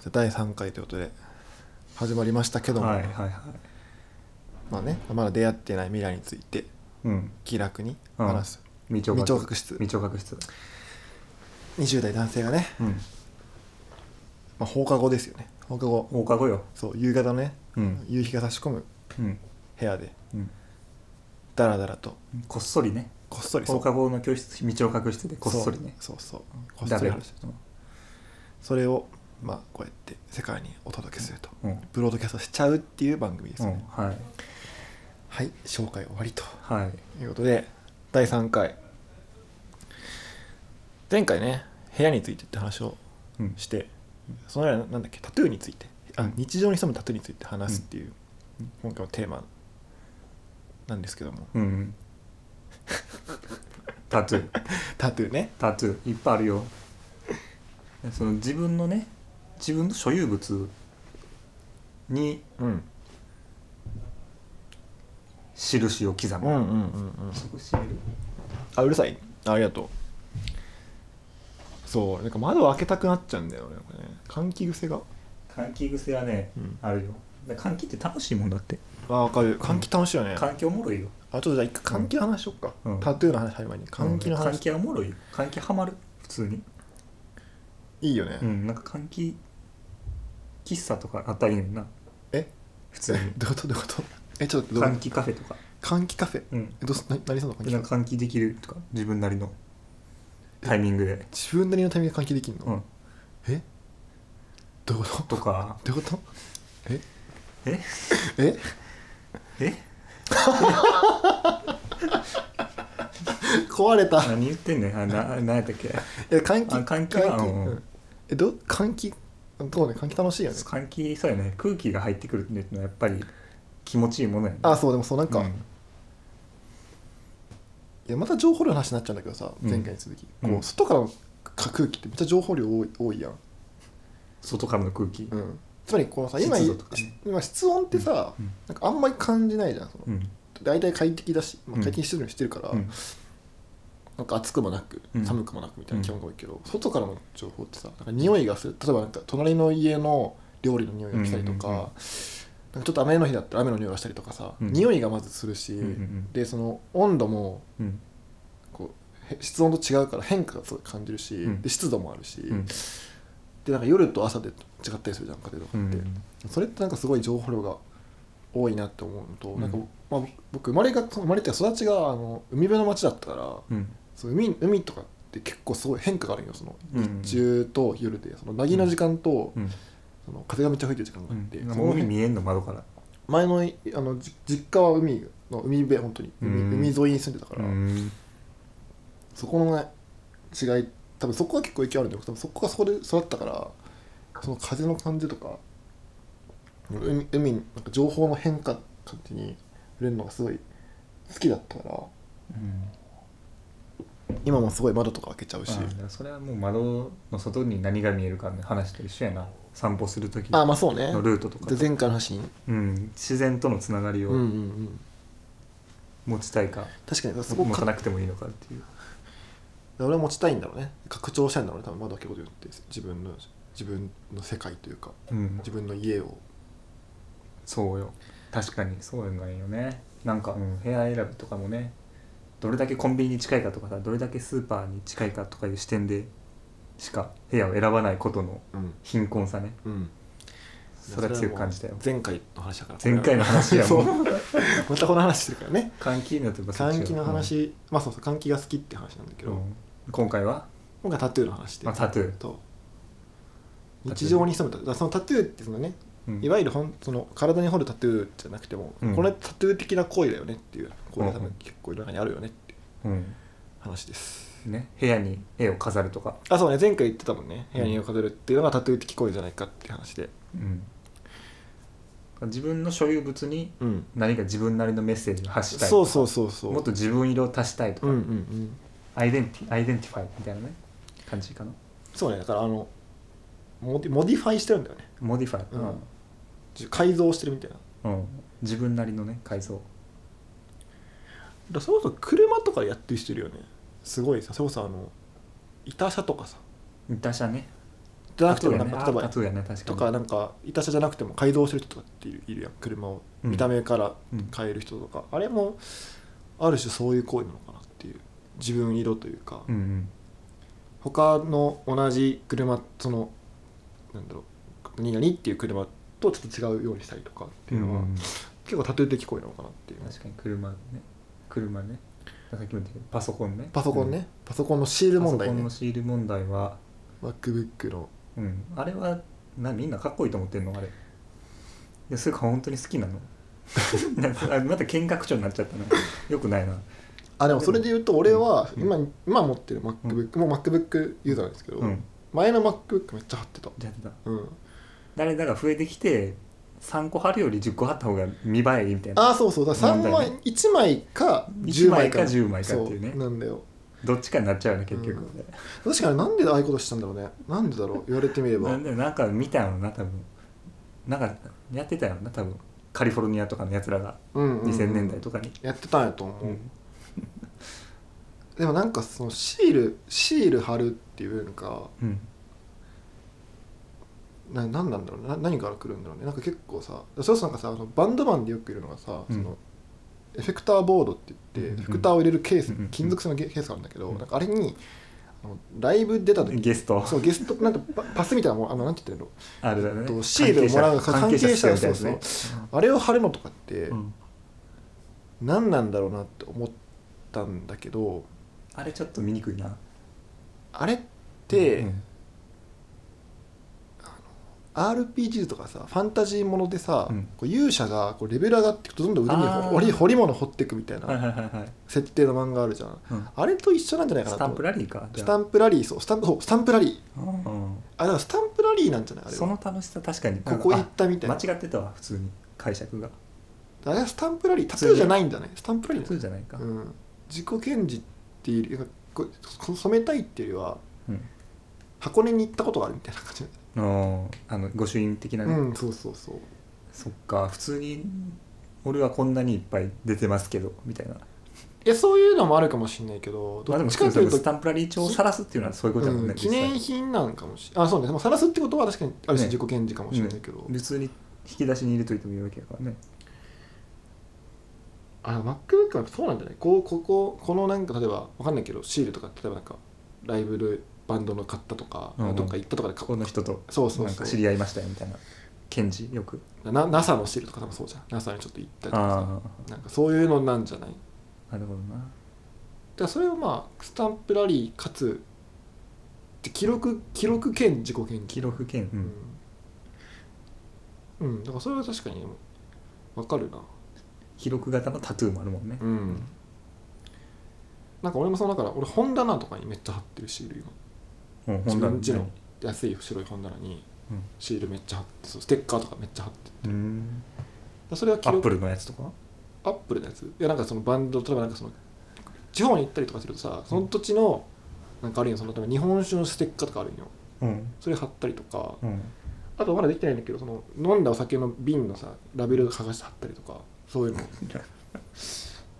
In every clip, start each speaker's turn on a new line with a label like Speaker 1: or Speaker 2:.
Speaker 1: じゃあ第3回ということで始まりましたけども、
Speaker 2: はいはいはい
Speaker 1: まあねまだ出会ってない未来について
Speaker 2: うん
Speaker 1: 気楽に話す、
Speaker 2: 未聴
Speaker 1: 未聴覚室
Speaker 2: 未聴覚室
Speaker 1: 20代男性がね、
Speaker 2: うん
Speaker 1: まあ、放課後ですよね放課後
Speaker 2: 放課後よ
Speaker 1: そう夕方のね、
Speaker 2: うん
Speaker 1: 夕日が差し込む
Speaker 2: うん
Speaker 1: 部屋で
Speaker 2: うん
Speaker 1: ダラダラと
Speaker 2: こっそりね
Speaker 1: こっそり
Speaker 2: 放課後の教室未聴覚室でこっそりね
Speaker 1: そうそうそうこっそり話してそれをまあこうやって世界にお届けすると、
Speaker 2: うん
Speaker 1: ブロードキャストしちゃうっていう番組です
Speaker 2: う
Speaker 1: ね、
Speaker 2: んはい
Speaker 1: はい紹介終わりと
Speaker 2: はい
Speaker 1: いうことで第3回前回ね部屋についてって話を
Speaker 2: うん
Speaker 1: してその前はなんだっけタトゥーについてあ
Speaker 2: うん
Speaker 1: 日常に潜むタトゥーについて話すっていう今回のテーマなんですけども
Speaker 2: うんうん タトゥー
Speaker 1: タトゥーね
Speaker 2: タトゥーいっぱいあるよその自分のね自分の所有物に
Speaker 1: うん
Speaker 2: 印を刻
Speaker 1: うんう
Speaker 2: む、
Speaker 1: んうんうん
Speaker 2: そこ閉める
Speaker 1: あうるさいあありがとうそうなんか窓を開けたくなっちゃうんだよねなんかね換気癖が
Speaker 2: 換気癖はね、
Speaker 1: うん
Speaker 2: あるよだから換気って楽しいもんだって
Speaker 1: あわかる換気楽しいよね、あ
Speaker 2: 換気おもろいよ
Speaker 1: ちょっとじゃあ一回換気の話しよっか、
Speaker 2: うん
Speaker 1: タトゥーの話始まりに換気の
Speaker 2: 換
Speaker 1: 話、
Speaker 2: 気はおもろいよ換気はまる普通に
Speaker 1: いいよね、
Speaker 2: うんなんか換気喫茶とかあったらいいのにな
Speaker 1: え
Speaker 2: 普 通に
Speaker 1: どういうことどういうことえちょっとどう
Speaker 2: 換気カフェとか
Speaker 1: 換気カフェ
Speaker 2: うん
Speaker 1: えどうすな何その換気カ
Speaker 2: でなん
Speaker 1: フェ
Speaker 2: か換気できるとか自分なりのタイミングで
Speaker 1: 自分なりのタイミングで換気できるの、
Speaker 2: うん
Speaker 1: えどういうこと
Speaker 2: か
Speaker 1: とどういうことえ
Speaker 2: え
Speaker 1: え
Speaker 2: え
Speaker 1: 壊れた
Speaker 2: 何言ってんねんあな何やったっけ
Speaker 1: え換気
Speaker 2: あ換気はうん
Speaker 1: うんえど換気どうね換気楽しいよね
Speaker 2: 換気そうやね空気が入ってくるっていうのはやっぱり気持ちいいものやね
Speaker 1: あそうでもそうなんか、
Speaker 2: う
Speaker 1: い
Speaker 2: ん
Speaker 1: やまた情報量の話になっちゃうんだけどさ
Speaker 2: うん
Speaker 1: 前回に続き、
Speaker 2: うん
Speaker 1: こう外からの空気ってめっちゃ情報量多い多いやん、
Speaker 2: 外からの空気
Speaker 1: うん、つまりこのさ今
Speaker 2: 湿度とかね
Speaker 1: 今室温ってさ、
Speaker 2: うん
Speaker 1: なんかあんまり感じないじゃんその、
Speaker 2: うん
Speaker 1: 大体快適だし、ま
Speaker 2: う
Speaker 1: あ、
Speaker 2: ん
Speaker 1: 快適にしてるようにしてるから、
Speaker 2: うん
Speaker 1: なんか暑くもなく
Speaker 2: うん
Speaker 1: 寒くもなくみたいな気温が多いけど、外からの情報ってさなんか匂いがする例えばなんか隣の家の料理の匂いがしたりとか,、
Speaker 2: うんうんうん
Speaker 1: なんかちょっと雨の日だったら雨の匂いがしたりとかさ、
Speaker 2: うん
Speaker 1: 匂いがまずするし、
Speaker 2: うんうんうん
Speaker 1: でその温度も
Speaker 2: うん
Speaker 1: こうへ室温と違うから変化がすごい感じるし、
Speaker 2: うん
Speaker 1: で湿度もあるし、
Speaker 2: うん
Speaker 1: でなんか夜と朝で違ったりするじゃん風とか
Speaker 2: う
Speaker 1: っ
Speaker 2: ん
Speaker 1: て、それってなんかすごい情報量が多いなって思うのと、
Speaker 2: うん
Speaker 1: なんか、まあ、僕生まれが生まれっていうか育ちがあの海辺の町だったから
Speaker 2: うん
Speaker 1: そう海海とかって結構すごい変化があるんよその
Speaker 2: うん
Speaker 1: 日中と夜でその凪の時間と、
Speaker 2: うん
Speaker 1: その風がめっちゃ吹いてる時間があって、
Speaker 2: うん
Speaker 1: そ
Speaker 2: もう
Speaker 1: の
Speaker 2: 海見えんの窓から
Speaker 1: 前のいあのじ実家は海の海辺本当に海,、
Speaker 2: うん
Speaker 1: 海沿いに住んでたから、
Speaker 2: うん
Speaker 1: そこの、ね、違い多分そこは結構影響あるんだけど多分そこがそこで育ったからその風の感じとか海海なんか情報の変化感じに触れるのがすごい好きだったから
Speaker 2: うん
Speaker 1: 今もすごい窓とか開けちゃうし
Speaker 2: あだからそれはもう窓の外に何が見えるかの話と一緒やな散歩する時
Speaker 1: あ
Speaker 2: の
Speaker 1: まあそうね
Speaker 2: ルートとか
Speaker 1: で、前回の話に、
Speaker 2: うん、自然とのつながり
Speaker 1: うんうんう
Speaker 2: を
Speaker 1: ん、
Speaker 2: 持ちたいか、
Speaker 1: 確かにそこ
Speaker 2: 持た
Speaker 1: か
Speaker 2: なくてもいいのかっていう
Speaker 1: 俺は持ちたいんだろうね拡張したいんだろうね多分窓開けことによって自分の自分の世界というか
Speaker 2: うん
Speaker 1: 自分の家を
Speaker 2: そうよ確かにそうなんよねなんか、うん、部屋選びとかもねどれだけコンビニに近いかとかさどれだけスーパーに近いかとかいう視点でしか部屋を選ばないことの
Speaker 1: うん
Speaker 2: 貧困さね
Speaker 1: うん
Speaker 2: それは強く感じたよ
Speaker 1: 前回の話だから
Speaker 2: 前回の話やもん
Speaker 1: またこの話してるからね
Speaker 2: 換気になってばそっちよ
Speaker 1: 換気の話、まあそうそう換気が好きって話なんだけ
Speaker 2: う
Speaker 1: ど、
Speaker 2: ん今回は、
Speaker 1: 今回タトゥーの話で、
Speaker 2: まあ、タトゥー、
Speaker 1: と
Speaker 2: タトゥー
Speaker 1: 日常に潜むタトゥーだからそのタトゥーってそのね、
Speaker 2: うん
Speaker 1: いわゆるほんその体に彫るタトゥーじゃなくても、
Speaker 2: うん
Speaker 1: これタトゥー的な行為だよねっていう行為が多
Speaker 2: う
Speaker 1: 分
Speaker 2: ん
Speaker 1: 結構世の中にあるよねっていう
Speaker 2: うん
Speaker 1: 話です、
Speaker 2: ね、部屋に絵を飾るとか、
Speaker 1: あそうね前回言ってたもんね部屋に絵を飾るっていうのがタトゥー的行為じゃないかっていう話で
Speaker 2: 自分の所有物に
Speaker 1: うん
Speaker 2: 何か自分なりのメッセージを発したい
Speaker 1: そうそうそうそう
Speaker 2: もっと自分色を足したいとか、
Speaker 1: うんうんうん
Speaker 2: アイデンティアイデンティファイみたいなね感じかな
Speaker 1: そうねだからあのモディモディファイしてるんだよね
Speaker 2: モディファイ、
Speaker 1: うん改造してるみたいな
Speaker 2: うん自分なりのね改造
Speaker 1: だからそれこそ車とかやってる人いるよねすごいさそれこそあの板車とかさ
Speaker 2: 打車ね
Speaker 1: じゃなくても
Speaker 2: タ
Speaker 1: なんか例
Speaker 2: トゥーやね
Speaker 1: えば
Speaker 2: あタトゥーやね確か
Speaker 1: と
Speaker 2: に
Speaker 1: かなんかいた車じゃなくても改造してる人とかっているいるやん車を
Speaker 2: うん
Speaker 1: 見た目から
Speaker 2: うん
Speaker 1: 変える人とか、あれもある種そういう行為なのかなっていう自分色というか、
Speaker 2: うんうん
Speaker 1: 他の同じ車そのなんだろう2っていう車とちょっと違うようにしたりとかっていうのは、
Speaker 2: んんん
Speaker 1: 結構タトゥー的行為なのかなっていう
Speaker 2: 確かに車ね車ねさっきも言ったけどパソコンね
Speaker 1: パソコンね、パソコンのシー
Speaker 2: う
Speaker 1: ル
Speaker 2: ん
Speaker 1: 問
Speaker 2: パソ
Speaker 1: 題
Speaker 2: コン
Speaker 1: ね
Speaker 2: のシール問題は
Speaker 1: MacBook の
Speaker 2: うんあれはなみんなかっこいいと思ってんのあれいやそれか本当に好 きなのなんかあまた見学長になっちゃったなよくないな
Speaker 1: あでもそれで言うと俺は
Speaker 2: うん
Speaker 1: 今,、今持ってる MacBook、もう MacBook ユーザーなんですけど、
Speaker 2: うん
Speaker 1: 前の MacBook めっちゃ貼ってた
Speaker 2: じゃあやってた
Speaker 1: うん
Speaker 2: 誰だが増えてきて3個貼るより10個貼った方が見栄えいいみたいな
Speaker 1: ああそうそうだから3枚
Speaker 2: 問題ね
Speaker 1: 1枚か
Speaker 2: 1
Speaker 1: 10
Speaker 2: 枚
Speaker 1: 枚
Speaker 2: か
Speaker 1: か
Speaker 2: 10枚かっていうね
Speaker 1: そなんだよ
Speaker 2: どっちかになっちゃうよね結
Speaker 1: う
Speaker 2: 局
Speaker 1: ん、確かになんでああいうことしたんだろうねなんでだろう言われてみれば
Speaker 2: なんでなんか見たよな多分なんかやってたよな多分カリフォルニアとかのやつらが
Speaker 1: うんうんうん
Speaker 2: 2000年代とかに、
Speaker 1: やってたんやと思う、
Speaker 2: うん
Speaker 1: でもなんかそのシールシール貼るっていう文化
Speaker 2: うん
Speaker 1: な何なんだろうな何から来るんだろうねなんか結構さそれこそなんかさあのバンドマンでよくいるのがさ、
Speaker 2: うん
Speaker 1: そのエフェクターボードって言
Speaker 2: う
Speaker 1: っ
Speaker 2: ん
Speaker 1: てエフェクターを入れるケース、
Speaker 2: うん
Speaker 1: 金属製のゲケースがあるんだけど、
Speaker 2: うん
Speaker 1: なんかあれにあのライブ出た時
Speaker 2: ゲスト
Speaker 1: そうゲストなんかパパスみたいなもんあのなんて言ってんの
Speaker 2: あれだ
Speaker 1: えっと
Speaker 2: ね
Speaker 1: シールをもらう
Speaker 2: 関係者
Speaker 1: 関係者
Speaker 2: 関係者みたいなやつね
Speaker 1: あれを貼るのとかって
Speaker 2: うん
Speaker 1: 何なんだろうなって思ったんだけど
Speaker 2: あれちょっと見にくいな
Speaker 1: あれって、
Speaker 2: うん
Speaker 1: RPG とかさファンタジーものでさ、
Speaker 2: うん
Speaker 1: こう勇者がこうレベル上がっていくとどんどん腕に
Speaker 2: あー
Speaker 1: 掘り掘り物掘っていくみたい
Speaker 2: はい
Speaker 1: な
Speaker 2: はいはいはい、
Speaker 1: 設定の漫画あるじゃん
Speaker 2: うん
Speaker 1: あれと一緒なんじゃないかな
Speaker 2: ス
Speaker 1: と
Speaker 2: タン
Speaker 1: 思
Speaker 2: プ
Speaker 1: う
Speaker 2: ラリーかじゃ
Speaker 1: ス
Speaker 2: あ
Speaker 1: タンプラリーそうスタンプそうスタンプラリー
Speaker 2: うん
Speaker 1: あだからスタンプラリーなんじゃないあれ
Speaker 2: そ
Speaker 1: は
Speaker 2: の楽しさ確かに
Speaker 1: ここ行
Speaker 2: あ
Speaker 1: ったみたいな
Speaker 2: 間違ってたわ普通に解釈が
Speaker 1: あれはスタンプラリータトゥーじゃないんだねスタンプラリー
Speaker 2: 普
Speaker 1: なんだ
Speaker 2: 通
Speaker 1: ね
Speaker 2: じゃないか、
Speaker 1: うん、自己顕示っていうよりなんかこう染めたいっていうよりは
Speaker 2: うん
Speaker 1: 箱根に行ったことがあるみたいな感じ、
Speaker 2: のあの御朱印的なね、
Speaker 1: うんそうそうそう
Speaker 2: そっか普通に俺はこんなにいっぱい出てますけどみたいない
Speaker 1: やそういうのもあるかもしれないけど
Speaker 2: まあ
Speaker 1: どっ
Speaker 2: でも
Speaker 1: ちかというと
Speaker 2: スタンプラリー帳を晒すっていうのはそういうことだもんね、
Speaker 1: うん記念
Speaker 2: 実
Speaker 1: 品なんかもしあそうねでもさらすってことは確かにある種
Speaker 2: ね
Speaker 1: 自己顕示かもしれないけ
Speaker 2: 際
Speaker 1: ど、
Speaker 2: うん普通に引き出しに入れといてもいいわけだからね
Speaker 1: あ MacBook はそうなんじゃないこうこここのなんか例えばわかんないけどシールとか例えばなんかライブでバンドの買ったとか、
Speaker 2: うんうん
Speaker 1: どっか行ったとかで買
Speaker 2: この人と
Speaker 1: そうそうそう
Speaker 2: なんか知り合いましたよみたいな検事よく
Speaker 1: な NASA のシールとか多分そうじゃん NASA にちょっと行ったりとか
Speaker 2: あ
Speaker 1: さなんかそういうのなんじゃないだか
Speaker 2: あなるほどな
Speaker 1: らそれをまあスタンプラリーかつで記録記録兼自己顕示
Speaker 2: 記録兼う、
Speaker 1: うんん、うん、だからそれは確かにわかるな
Speaker 2: 記録型のタトゥーもあるもんね、
Speaker 1: うんなんか俺もそのだから俺本棚とかにめっちゃ貼ってるシール今
Speaker 2: うん、
Speaker 1: 自
Speaker 2: 本棚
Speaker 1: 分家
Speaker 2: に
Speaker 1: の安い白い本棚に
Speaker 2: うん
Speaker 1: シールめっちゃ貼ってそうステッカーとかめっちゃ貼って
Speaker 2: うん
Speaker 1: るそれは記
Speaker 2: アップ
Speaker 1: 録
Speaker 2: ルのやつとか
Speaker 1: アップルのやついやなんかそのバンド例えばなんかその地方に行ったりとかするとさその土地のなんかあるよその例えば日本酒のステッカーとかあるんよ
Speaker 2: うん
Speaker 1: それ貼ったりとか
Speaker 2: うん
Speaker 1: あとまだできてないんだけどその飲んだお酒の瓶のさラベル剥がして貼ったりとかそう いうの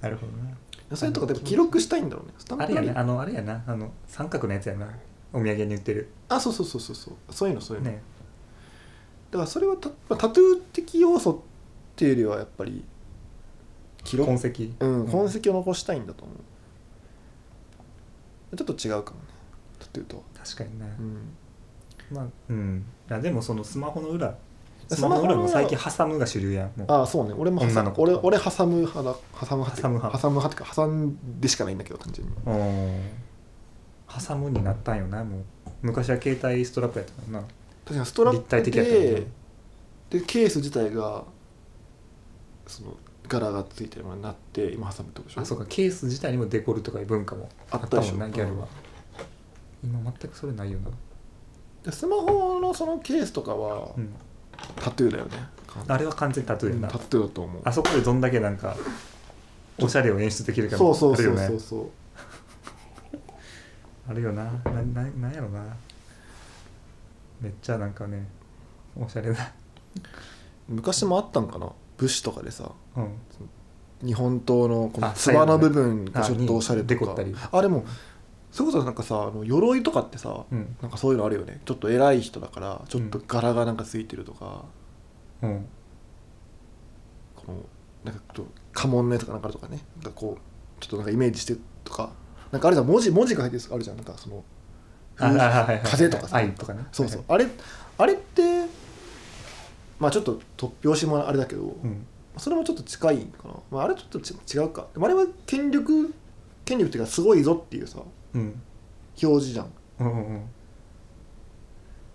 Speaker 2: なるほどな
Speaker 1: それとかでも記録したいんだろうねスタン
Speaker 2: あ
Speaker 1: プ
Speaker 2: れ
Speaker 1: ラ
Speaker 2: や
Speaker 1: リ
Speaker 2: なあ
Speaker 1: ー
Speaker 2: のあれやなあの三角のやつやなお土産に売ってる
Speaker 1: あそうそうそうそうそうそういうのそういうの
Speaker 2: ね
Speaker 1: だからそれはタ,、まあ、タトゥー的要素っていうよりはやっぱり記録、
Speaker 2: 痕跡
Speaker 1: うん、痕跡を残したいんだと思う、ちょっと違うかもねタトゥーとは、
Speaker 2: 確かにね、
Speaker 1: うん、
Speaker 2: まあうんあでもそのスマホの裏ス
Speaker 1: ス
Speaker 2: マ
Speaker 1: マ
Speaker 2: ホ
Speaker 1: ホ
Speaker 2: の
Speaker 1: の
Speaker 2: 裏
Speaker 1: 裏
Speaker 2: も最近挟むが主流やんもう
Speaker 1: ああそうね俺も
Speaker 2: 女
Speaker 1: 挟
Speaker 2: の
Speaker 1: む
Speaker 2: 子とか
Speaker 1: 俺俺挟む派だ挟む派って
Speaker 2: 挟む派
Speaker 1: 挟む派っていうか挟んでしかないんだけど単純に
Speaker 2: うん挟むになったんよなもう昔は携帯ストラップやったもんな
Speaker 1: 確かにストラッ
Speaker 2: 立体
Speaker 1: プ
Speaker 2: 的
Speaker 1: で
Speaker 2: やったもんな
Speaker 1: でケース自体がその柄がついてるものになって今挟むってことでしょ
Speaker 2: あそうかケース自体にもデコルとかいう文化も
Speaker 1: あ
Speaker 2: あっ
Speaker 1: ったたで
Speaker 2: も
Speaker 1: しょ
Speaker 2: んなギャルは、今全くそれないよな、
Speaker 1: でスマホのそのケースとかは
Speaker 2: うん、
Speaker 1: タトゥーだよね
Speaker 2: あれは完全にタトゥーやな、
Speaker 1: タトゥーだと思う
Speaker 2: あそこでどんだけなんかおしゃれを演出できるか
Speaker 1: そうそう
Speaker 2: ある
Speaker 1: そ
Speaker 2: よ
Speaker 1: う
Speaker 2: ね
Speaker 1: そうそう、
Speaker 2: あるよななななんやろなめっちゃなんかねおしゃれな
Speaker 1: 昔もあったんかな武士とかでさ
Speaker 2: うん
Speaker 1: 日本刀のこの
Speaker 2: あ
Speaker 1: つばの部分がちょっとおしゃれ
Speaker 2: 最
Speaker 1: と
Speaker 2: 後ねデコっ
Speaker 1: か
Speaker 2: たり
Speaker 1: あでもそれこそなんかさあの鎧とかってさ
Speaker 2: うん
Speaker 1: なんかそういうのあるよねちょっと偉い人だからちょっと柄がなんかついてるとか、
Speaker 2: うん
Speaker 1: このなんかちょっと家紋のやつかなんかあるとかねなんかこうちょっとなんかイメージしてとかなんかあるじゃん文字文字が入ってるやつあるじゃんなんかその
Speaker 2: あはいはいはい
Speaker 1: 風とかさ
Speaker 2: 愛とかね
Speaker 1: そうそう
Speaker 2: は
Speaker 1: あれあれってまあちょっと突拍子もあれだけど、
Speaker 2: いはいうん
Speaker 1: それもちょっと近いかな、まあ、あれちょっとち違うかでもあれは権力権力っていうかすごいぞっていうさ
Speaker 2: うん
Speaker 1: 表示じゃん
Speaker 2: うんうん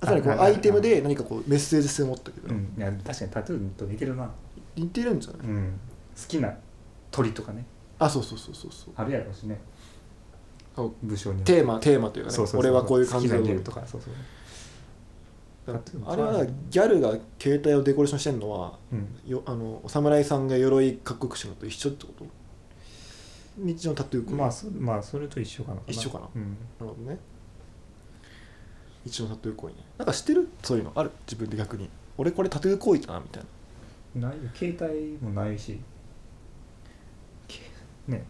Speaker 1: つまりこ
Speaker 2: は
Speaker 1: う
Speaker 2: いは
Speaker 1: ア
Speaker 2: いはい
Speaker 1: イテムで何かこうメッセージ性を持ったけど、
Speaker 2: うんいや確かにタトゥーと似てるな
Speaker 1: 似てるんじゃない、
Speaker 2: うん好きな鳥とかね
Speaker 1: あそうそうそうそうそう
Speaker 2: あるやろうしね
Speaker 1: そう
Speaker 2: 武将には
Speaker 1: テーマテーマというかね
Speaker 2: そうそうそう
Speaker 1: 俺はこういう感じだ
Speaker 2: 好
Speaker 1: と
Speaker 2: きな
Speaker 1: 思
Speaker 2: ゲー
Speaker 1: う
Speaker 2: ムとかそうそう
Speaker 1: だか
Speaker 2: そう
Speaker 1: らあれはだからギャルが携帯をデコレーションしてるのは
Speaker 2: うん
Speaker 1: よあのお侍さんが鎧かっこよくしてるのと一緒ってこと日常のタトゥーコン
Speaker 2: まあそまあそれと一緒かな
Speaker 1: 一緒かな
Speaker 2: うん
Speaker 1: なるほどね一応タトゥー行為ねなんかしてるそういうのある自分で逆に俺これタトゥー行為だなみたいな
Speaker 2: ないよ携帯もないしけね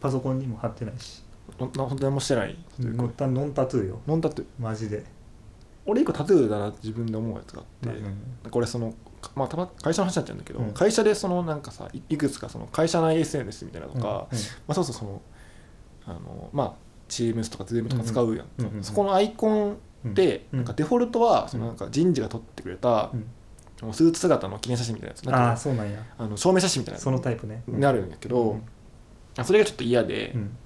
Speaker 2: パソコンにも貼ってないし
Speaker 1: ほんな本当に何もしてないタトゥー行為
Speaker 2: 乗ったノンタトゥーよ
Speaker 1: ノンタトゥー
Speaker 2: マジで、
Speaker 1: 俺一個タトゥーだなって自分で思うやつがあって、
Speaker 2: うん
Speaker 1: これその、かまあ、たま会社の話になっちゃうんだけど、
Speaker 2: うん
Speaker 1: 会社でそのなんかさいいくつかその会社内 SNS みたいなのとか、まあ、そうそうそのあのまあ Teams とか Zoom とか使うやん、
Speaker 2: うんうんうんうん
Speaker 1: そこのアイコン
Speaker 2: うん
Speaker 1: で、
Speaker 2: うん
Speaker 1: なんかデフォルトはそのなんか人事が撮ってくれた
Speaker 2: う、ん
Speaker 1: スーツ姿の記念写真みたいなやつなん
Speaker 2: ああ
Speaker 1: か
Speaker 2: そうなんや
Speaker 1: あの証明写真みたいな
Speaker 2: そのタイプね
Speaker 1: なるんやけど、
Speaker 2: うん
Speaker 1: あそれがちょっと嫌で、
Speaker 2: うん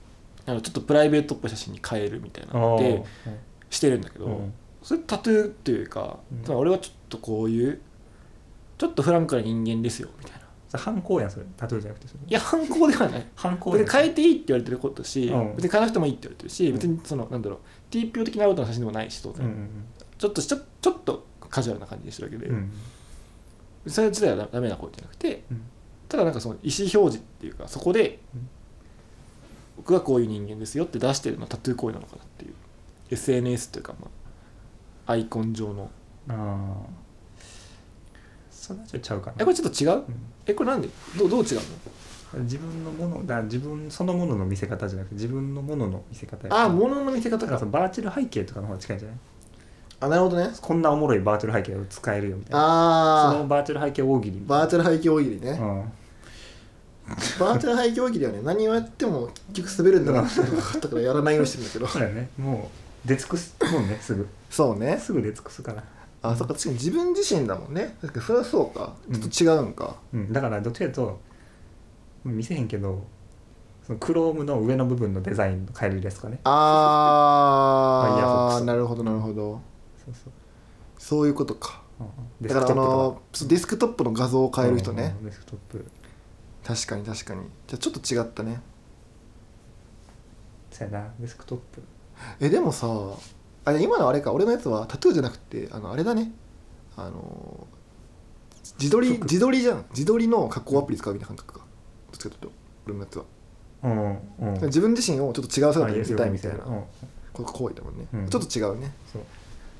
Speaker 1: あのちょっとプライベートっぽい写真に変えるみたいな
Speaker 2: あ
Speaker 1: の
Speaker 2: あ
Speaker 1: でしてるんだけど、
Speaker 2: うん
Speaker 1: それタトゥーっていうか、
Speaker 2: うん
Speaker 1: つまり俺はちょっとこういうちょっとフランクな人間ですよみたいな
Speaker 2: それ犯行やんそれタトゥーじゃなくてそれ
Speaker 1: いや反抗ではない
Speaker 2: 犯行
Speaker 1: 別
Speaker 2: や
Speaker 1: に変えていいって言われてることだし、
Speaker 2: うん
Speaker 1: 別に変えなくてもいいって言われてるし、
Speaker 2: うん
Speaker 1: 別にそのなんだろう TPO 的なアウトな写真でもないし当
Speaker 2: うん
Speaker 1: 然、
Speaker 2: うん
Speaker 1: ちょっとしちょちょっとカジュアルな感じにしてるわけ
Speaker 2: う
Speaker 1: で、
Speaker 2: んうん
Speaker 1: それ自体はダダメなことじゃなくて
Speaker 2: うん
Speaker 1: ただなんかその意思表示っていうかそこで
Speaker 2: うん
Speaker 1: 僕はこういう人間ですよって出してるのはタトゥー行為なのかなっていう SNS というかまあアイコン上の
Speaker 2: ああそれはちょっとちゃうかな
Speaker 1: えこれちょっと違う
Speaker 2: うん
Speaker 1: えこれなんでどうどう違うの
Speaker 2: 自分のものだ自分そのものの見せ方じゃなくて自分のものの見せ方や
Speaker 1: ああ物の見せ
Speaker 2: だ
Speaker 1: 方
Speaker 2: か
Speaker 1: か
Speaker 2: らそのバーチャル背景とかの方が近いんじゃない
Speaker 1: あなるほどね
Speaker 2: こんなおもろいバーチャル背景を使えるよみたいなその
Speaker 1: ああ
Speaker 2: バーチャル背景大喜利みたい
Speaker 1: バーチャル背景大喜利
Speaker 2: な
Speaker 1: ね
Speaker 2: うん
Speaker 1: バーチャル背景大喜利はね 何をやっても結局滑るんだなって分かったからやらないようにしてるんだけど
Speaker 2: そうだよねもう出尽くすもうねすぐ
Speaker 1: そうね
Speaker 2: すぐ出尽くすから、
Speaker 1: あそっか確かに自分自身だもんね確かにそれはそうかちょっと違うんか、
Speaker 2: うん、だからどっちかというと見せへんけどそのクロームの上の部分のデザインの変えるやつとかね
Speaker 1: あ
Speaker 2: Firefox
Speaker 1: あなるほどなるほど
Speaker 2: そうそう、
Speaker 1: そういうことか
Speaker 2: うんうん、
Speaker 1: だからあのデスクトップの画像を
Speaker 2: デスクトップとか
Speaker 1: 変える人ね、
Speaker 2: うんうんデスクトップ
Speaker 1: 確かに確かにじゃあちょっと違ったね
Speaker 2: そうやなデスクトップ
Speaker 1: えでもさあれ今のあれか俺のやつはタトゥーじゃなくてあのあれだねあの自撮り
Speaker 2: 服
Speaker 1: 自撮りじゃん自撮りの加工アプリ使うみたいな感覚かどっちかというと俺のやつは、
Speaker 2: うんうん
Speaker 1: 自分自身をちょっと違う姿
Speaker 2: あ
Speaker 1: に見せたいみたい
Speaker 2: よく見せるう
Speaker 1: なんこ行為だもんね、
Speaker 2: うん
Speaker 1: ちょっと違うね
Speaker 2: そう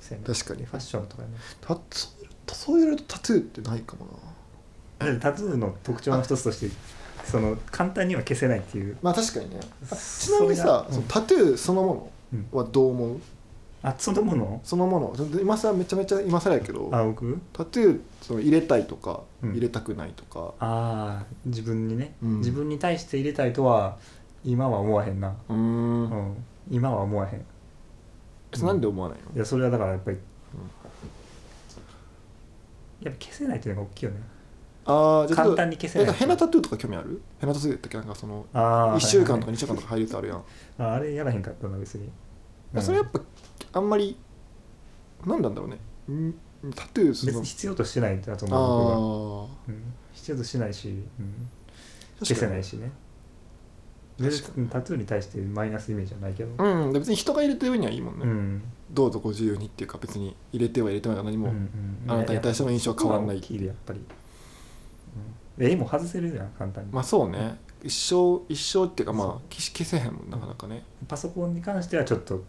Speaker 2: そうやな
Speaker 1: 確かに
Speaker 2: ファッションとかね
Speaker 1: タトそういうタトゥーってないかもな
Speaker 2: タトゥーの特徴の一つとしてその簡単には消せないっていう
Speaker 1: まあ確かにねあち
Speaker 2: そ
Speaker 1: なみに
Speaker 2: それ
Speaker 1: さ
Speaker 2: が、うん
Speaker 1: そのタトゥーそのも
Speaker 2: うん
Speaker 1: のはどう思う、
Speaker 2: あそのもの
Speaker 1: そのもの全然今更めちゃめちゃ今更やけど
Speaker 2: あ僕
Speaker 1: タトゥーその入れたいとか、
Speaker 2: うん
Speaker 1: 入れたくないとか
Speaker 2: ああ自分にね、
Speaker 1: うん
Speaker 2: 自分に対して入れたいとは今は思わへんな、
Speaker 1: うー
Speaker 2: うんん、今は思わへん
Speaker 1: えなんで思わないの、
Speaker 2: いやそれはだからやっぱり、やっぱ消せないっていうのが大きいよね
Speaker 1: ああじゃあちょ
Speaker 2: 簡
Speaker 1: っと
Speaker 2: 単に消せな
Speaker 1: え
Speaker 2: い
Speaker 1: ヘナタトゥーとか興味あるヘナタトゥーやったっけなんかその
Speaker 2: あ
Speaker 1: 1
Speaker 2: あ
Speaker 1: 週間とか
Speaker 2: に
Speaker 1: 2週間とか入るやつあるやん、
Speaker 2: ああれやらへんかったな別に、うん
Speaker 1: それやっぱあんまり何なんだろうねんタトゥーそ
Speaker 2: 別
Speaker 1: の
Speaker 2: に必要としてないだと思う
Speaker 1: ああ
Speaker 2: 僕は、うん、必要としてないし、うん、
Speaker 1: 確
Speaker 2: 消せ
Speaker 1: かに
Speaker 2: ないしね
Speaker 1: 確
Speaker 2: 別にタトゥーに対してマイナスイメージはないけど
Speaker 1: うんで別に人が入れてる分にはいいもんね、
Speaker 2: うん
Speaker 1: どうぞご自由にっていうか別に入れては入れてないが何も、
Speaker 2: ん
Speaker 1: あなたに対しての印象は変わらない
Speaker 2: やっぱ大きいでやっぱり、うん、絵も外せるじゃん簡単に、
Speaker 1: まあそうね一生一生っていうか
Speaker 2: そう
Speaker 1: まあ消し消せへんもんなかなかね、
Speaker 2: パソコンに関してはちょっと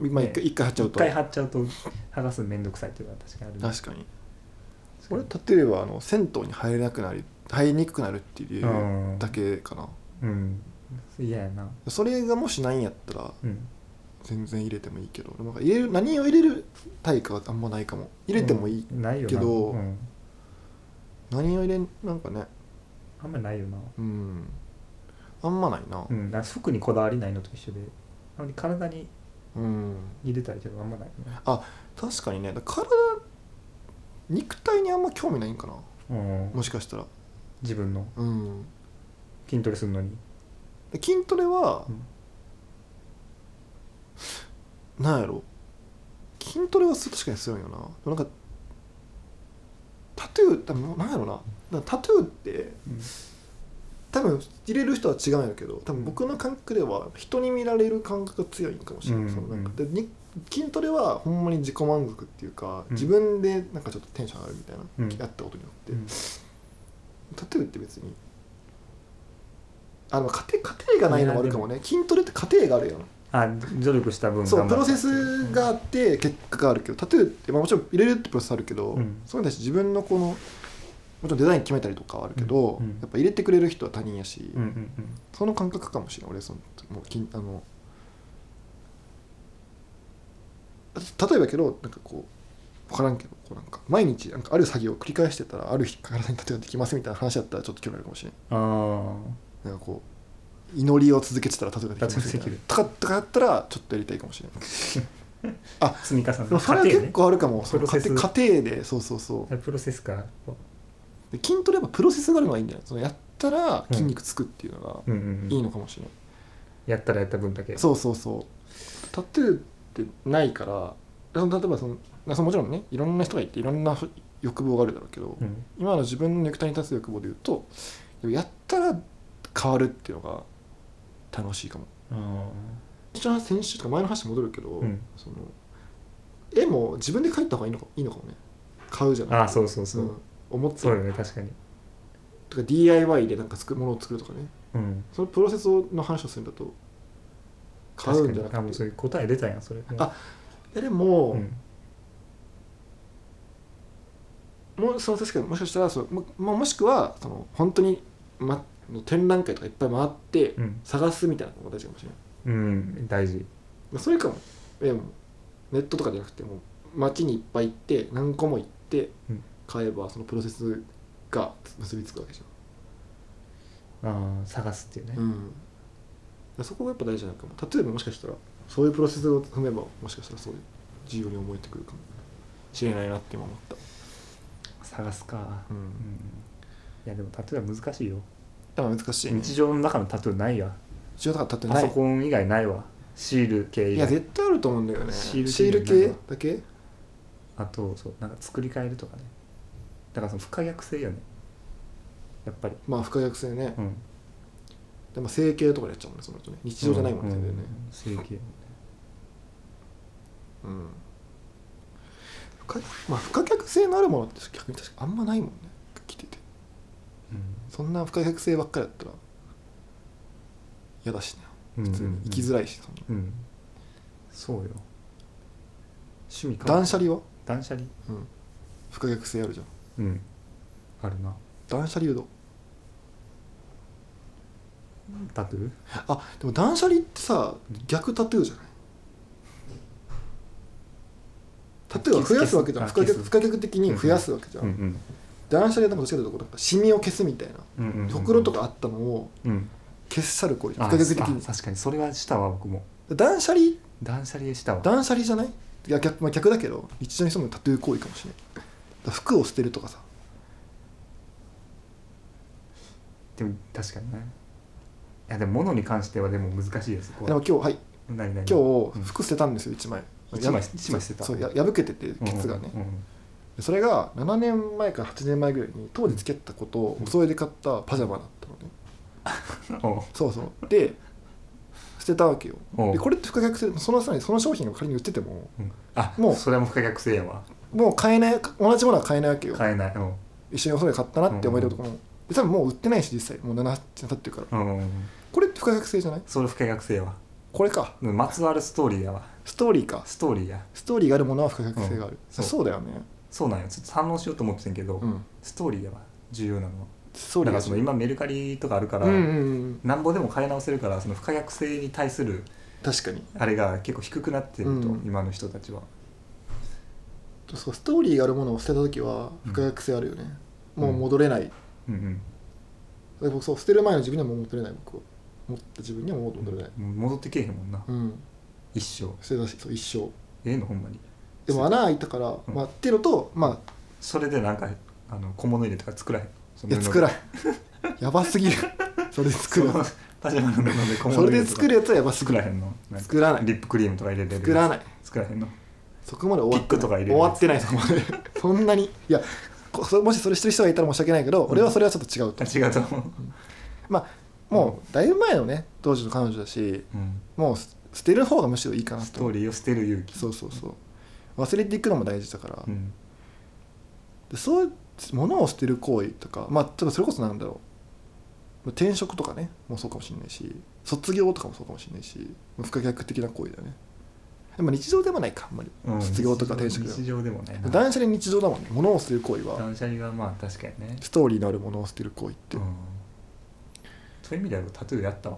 Speaker 1: まあ一
Speaker 2: ね
Speaker 1: 回一回貼っちゃう
Speaker 2: 一
Speaker 1: と
Speaker 2: 回貼っちゃうと剥がすのめんどくさいっていうのは確かにある
Speaker 1: 確かに
Speaker 2: そ
Speaker 1: 俺
Speaker 2: れ
Speaker 1: 例えばあの銭湯に入れなくなり入りにくくなるっていう理由だけかな、
Speaker 2: うん、嫌やな
Speaker 1: それがもしないんやったら
Speaker 2: うん
Speaker 1: 全然入れてもいいけどでもなんか入れる何を入れる対価はあんまないかも入れてもいい、
Speaker 2: うんないよな
Speaker 1: けど
Speaker 2: うん、
Speaker 1: 何を入れんなんかね
Speaker 2: あんまないよな
Speaker 1: うんあんまないな
Speaker 2: うん、なんか食にこだわりないのと一緒であまり体に
Speaker 1: うん、
Speaker 2: 入れたいけどあんまないね
Speaker 1: 確かにねだから体肉体にあんま興味ないんかな
Speaker 2: うん
Speaker 1: もしかしたら
Speaker 2: 自分の
Speaker 1: うん
Speaker 2: 筋トレするのに
Speaker 1: で筋トレは、なんやろ筋トレはす確かにするんよなでもなんかタトゥー多分なんやろなだからタトゥーって
Speaker 2: うん
Speaker 1: 多分入れる人は違うんやけど多分僕の感覚では人に見られる感覚が強いんかもしれない、
Speaker 2: うん
Speaker 1: そのなんかでに筋トレはほんまに自己満足っていうか、
Speaker 2: うん
Speaker 1: 自分でなんかちょっとテンション上がるみたいな、
Speaker 2: うん
Speaker 1: やったことによって、
Speaker 2: うん
Speaker 1: タトゥーって別にあの過程過程がないのもあるかもね筋トレって過程があるよな
Speaker 2: あ努力した分
Speaker 1: そう
Speaker 2: 頑張
Speaker 1: プ
Speaker 2: っ
Speaker 1: ロ
Speaker 2: た
Speaker 1: セスがあって結果があるけどタトゥーって、まあ、もちろん入れるってプロセスあるけど、
Speaker 2: うん
Speaker 1: それに対して自分のこのもちろんデザイン決めたりとかはあるけど、
Speaker 2: うんうん
Speaker 1: やっぱ入れてくれる人は他人やし、
Speaker 2: うんうんうん
Speaker 1: その感覚かもしれない俺そのもうきんあの例えばやけどなんかこう分からんけどこうなんか毎日なんかある作業を繰り返してたらある日体に例えばできますみたいな話だったらちょっと興味あるかもしれん
Speaker 2: あ
Speaker 1: なんかこう祈りを続けてたら例えばできますみたいな
Speaker 2: 例えばできる
Speaker 1: とかとかやったらちょっとやりたいかもしれない
Speaker 2: あ積み重ね
Speaker 1: でもそれは
Speaker 2: 過程
Speaker 1: 結構あるかも、その
Speaker 2: プ
Speaker 1: 過
Speaker 2: ロセ
Speaker 1: 程過
Speaker 2: ス
Speaker 1: 程でそうそうそう
Speaker 2: ねプロセスか
Speaker 1: で筋トレはプロセスがあるのがいいんじゃないそのやったら筋肉つくっていうのが
Speaker 2: うんうん、うん、
Speaker 1: いいのかもしれない、
Speaker 2: やったらやった分だけ
Speaker 1: そうそうそうタトゥーってないからその例えばそのなそのもちろんねいろんな人がいていろんなふ欲望があるだろうけど、
Speaker 2: うん、
Speaker 1: 今の自分の肉体に立つ欲望で言うとやったら変わるっていうのが楽しいかも
Speaker 2: あ
Speaker 1: 一応先週とか前の話に戻るけど、
Speaker 2: うん
Speaker 1: その絵も自分で描いた方がいいのかいいのかもね買うじゃ
Speaker 2: ー
Speaker 1: ない
Speaker 2: あーそうそうそう、
Speaker 1: ん、思って
Speaker 2: そうよね確かに
Speaker 1: とか DIY でなんか作るものを作るとかね
Speaker 2: うん
Speaker 1: そのプロセスの話をするんだと買うんじゃな
Speaker 2: 確かにあも
Speaker 1: く
Speaker 2: うそ
Speaker 1: て
Speaker 2: れ答え出たやんそれ
Speaker 1: あえでも、
Speaker 2: うん
Speaker 1: もうその確かにもしかしたらそのも,、まあ、もしくはその本当に、ま、展覧会とかいっぱい回って
Speaker 2: うん、
Speaker 1: 探すみたいなのが大事かもしれない、
Speaker 2: うん、大事
Speaker 1: まあ、それかもえもうネットとかじゃなくてもう街にいっぱい行って何個も行って
Speaker 2: うん
Speaker 1: 買えばそのプロセスが結びつくわけじ
Speaker 2: あー探すっていうね、
Speaker 1: ゃん、うん、だからそこがやっぱ大事なのかも例えばもしかしたらそういうプロセスを踏めばもしかしたらそういう自由に思えてくるかもしれないなって今思った、
Speaker 2: 探すか
Speaker 1: う、
Speaker 2: うんんいやでもタトゥーは難しいよ
Speaker 1: だから難しいね
Speaker 2: 日常の中のタトゥーないや
Speaker 1: 一応だから立って
Speaker 2: パ
Speaker 1: な
Speaker 2: ソ
Speaker 1: い
Speaker 2: コン以外ないわシール系以
Speaker 1: いや
Speaker 2: 外
Speaker 1: 絶対あると思うんだよね
Speaker 2: シール系
Speaker 1: シール系だけ
Speaker 2: あとそうなんか作り変えるとかねだからその不可逆性よねやっぱり
Speaker 1: まあ不可逆性ね、
Speaker 2: うん
Speaker 1: でも整形とかでやっちゃうもんねその人ね日常じゃないもんね、
Speaker 2: う
Speaker 1: 全然ね
Speaker 2: うん整形
Speaker 1: うん不可まあ不可逆性のあるものって逆に確かあんまないもんね来ててそんな不可逆性ばっかりだったら嫌だしね
Speaker 2: うん
Speaker 1: 普通に生きづらいし、そんな
Speaker 2: うんそうよ趣味か
Speaker 1: 断捨離は、
Speaker 2: 断捨離
Speaker 1: うん、不可逆性あるじゃん
Speaker 2: うんあるな
Speaker 1: 断捨離うどう
Speaker 2: タトゥー
Speaker 1: あでも断捨離ってさ逆タトゥーじゃないタトゥーは増やすわけじゃん
Speaker 2: あ
Speaker 1: 不可
Speaker 2: 消す
Speaker 1: 逆不可逆的に増やすわけじゃん、
Speaker 2: ん
Speaker 1: 断捨離はなんかどっちかというとこうなんかシミを消すみたいな
Speaker 2: うんうんうん
Speaker 1: ほくろとかあったのを
Speaker 2: うん
Speaker 1: 消し去る行為じゃん
Speaker 2: あ
Speaker 1: 不可逆的
Speaker 2: あ
Speaker 1: に
Speaker 2: 確かにそれはしたわ僕も
Speaker 1: 断捨離
Speaker 2: 断捨離したわ
Speaker 1: 断捨離じゃないいや逆,、まあ、逆だけど日常に潜むタトゥー行為かもしれないだから服を捨てるとかさ
Speaker 2: でも確かにねいやでも物に関してはでも難しいですこ
Speaker 1: でも今日はい
Speaker 2: 何
Speaker 1: 今
Speaker 2: 何
Speaker 1: 日
Speaker 2: うん
Speaker 1: 服捨てたんですよ1枚
Speaker 2: 一枚一枚捨てた
Speaker 1: そうや破けててケツがね、
Speaker 2: うんうんうん
Speaker 1: でそれが7年前から8年前ぐらいに当時付き合ったことをお揃いで買ったパジャマだったのね、
Speaker 2: おう
Speaker 1: そうそうで捨てたわけよ
Speaker 2: おう
Speaker 1: でこれって不可逆性そのさらにその商品が仮に売ってても
Speaker 2: うんあ
Speaker 1: も
Speaker 2: も
Speaker 1: う
Speaker 2: うそれも不可逆性やわ
Speaker 1: もう買えない同じものは買えないわけよ
Speaker 2: 買えないうん
Speaker 1: 一緒におそろい買ったなって思えるところも、で多分もう売ってないし実際もう7年経ってるから
Speaker 2: うんうんうん
Speaker 1: これって不可逆性じゃない
Speaker 2: それ不可逆性やわ
Speaker 1: これか
Speaker 2: うんまつわるストーリーやわ
Speaker 1: ストーリーか
Speaker 2: ストーリーや
Speaker 1: ストーリーがあるものは不可逆性がある、
Speaker 2: そう
Speaker 1: そうだよね
Speaker 2: そうなんよちょっと反応しようと思ってんけど、
Speaker 1: うん
Speaker 2: ストーリーやわ重要なのは
Speaker 1: そ
Speaker 2: だからその今メルカリとかあるから、
Speaker 1: うんうんうん
Speaker 2: なんぼでも買い直せるからその不可逆性に対する
Speaker 1: 確かに
Speaker 2: あれが結構低くなってると、
Speaker 1: うん
Speaker 2: 今の人たちは
Speaker 1: そうストーリーがあるものを捨てた時は不可逆性あるよね、
Speaker 2: うん
Speaker 1: もう戻れないで
Speaker 2: うんうん
Speaker 1: 僕そう捨てる前の自分にはもう戻れない僕は持った自分にはもう戻れない
Speaker 2: もう戻ってけえへんもんな、
Speaker 1: うん、
Speaker 2: 一生
Speaker 1: 捨てたしそう一生
Speaker 2: ええのほんまに
Speaker 1: でも穴開いたから、
Speaker 2: うん
Speaker 1: まあ、っていうのとまあ
Speaker 2: それでなんかあの小物入れとか作らへんそ
Speaker 1: い
Speaker 2: の
Speaker 1: や作らん
Speaker 2: ん
Speaker 1: やばすぎるそれで作る
Speaker 2: その パジャマの布で小物
Speaker 1: そ
Speaker 2: 入
Speaker 1: れで
Speaker 2: れとか
Speaker 1: 作るやつはやばす
Speaker 2: 作
Speaker 1: ぎ
Speaker 2: らへ
Speaker 1: る
Speaker 2: んのなんか
Speaker 1: 作らない
Speaker 2: リップクリームとか入れれるやつ
Speaker 1: 作らない
Speaker 2: 作らへんの
Speaker 1: そこまで終わって
Speaker 2: ピックとか入れる
Speaker 1: 終わってないそこまで そんなにいやこそもしそれしてる人がいたら申し訳ないけど、俺はそれはちょっと違うと
Speaker 2: あ違うと思う、
Speaker 1: まあもうだいぶ前のね当時の彼女だし
Speaker 2: うん、
Speaker 1: もうす捨てる方がむしろいいかなと
Speaker 2: ストーリーを捨てる勇気
Speaker 1: そうそうそう忘れていくのも大事だから、
Speaker 2: うん
Speaker 1: でそう物を捨てる行為とかまあ例えばそれこそなんだろう転職とかねもうそうかもしれないし卒業とかもそうかもしれないし不可逆的な行為だよねでも日常でもないかあんまり、
Speaker 2: うん
Speaker 1: 卒業とか転職
Speaker 2: 日常でもないな
Speaker 1: 断捨離日常だもんね物を捨てる行為は
Speaker 2: 断捨離はまあ確かにね
Speaker 1: ストーリーのあるものを捨てる行為って、
Speaker 2: うんそういう意味ではタトゥーやったわ、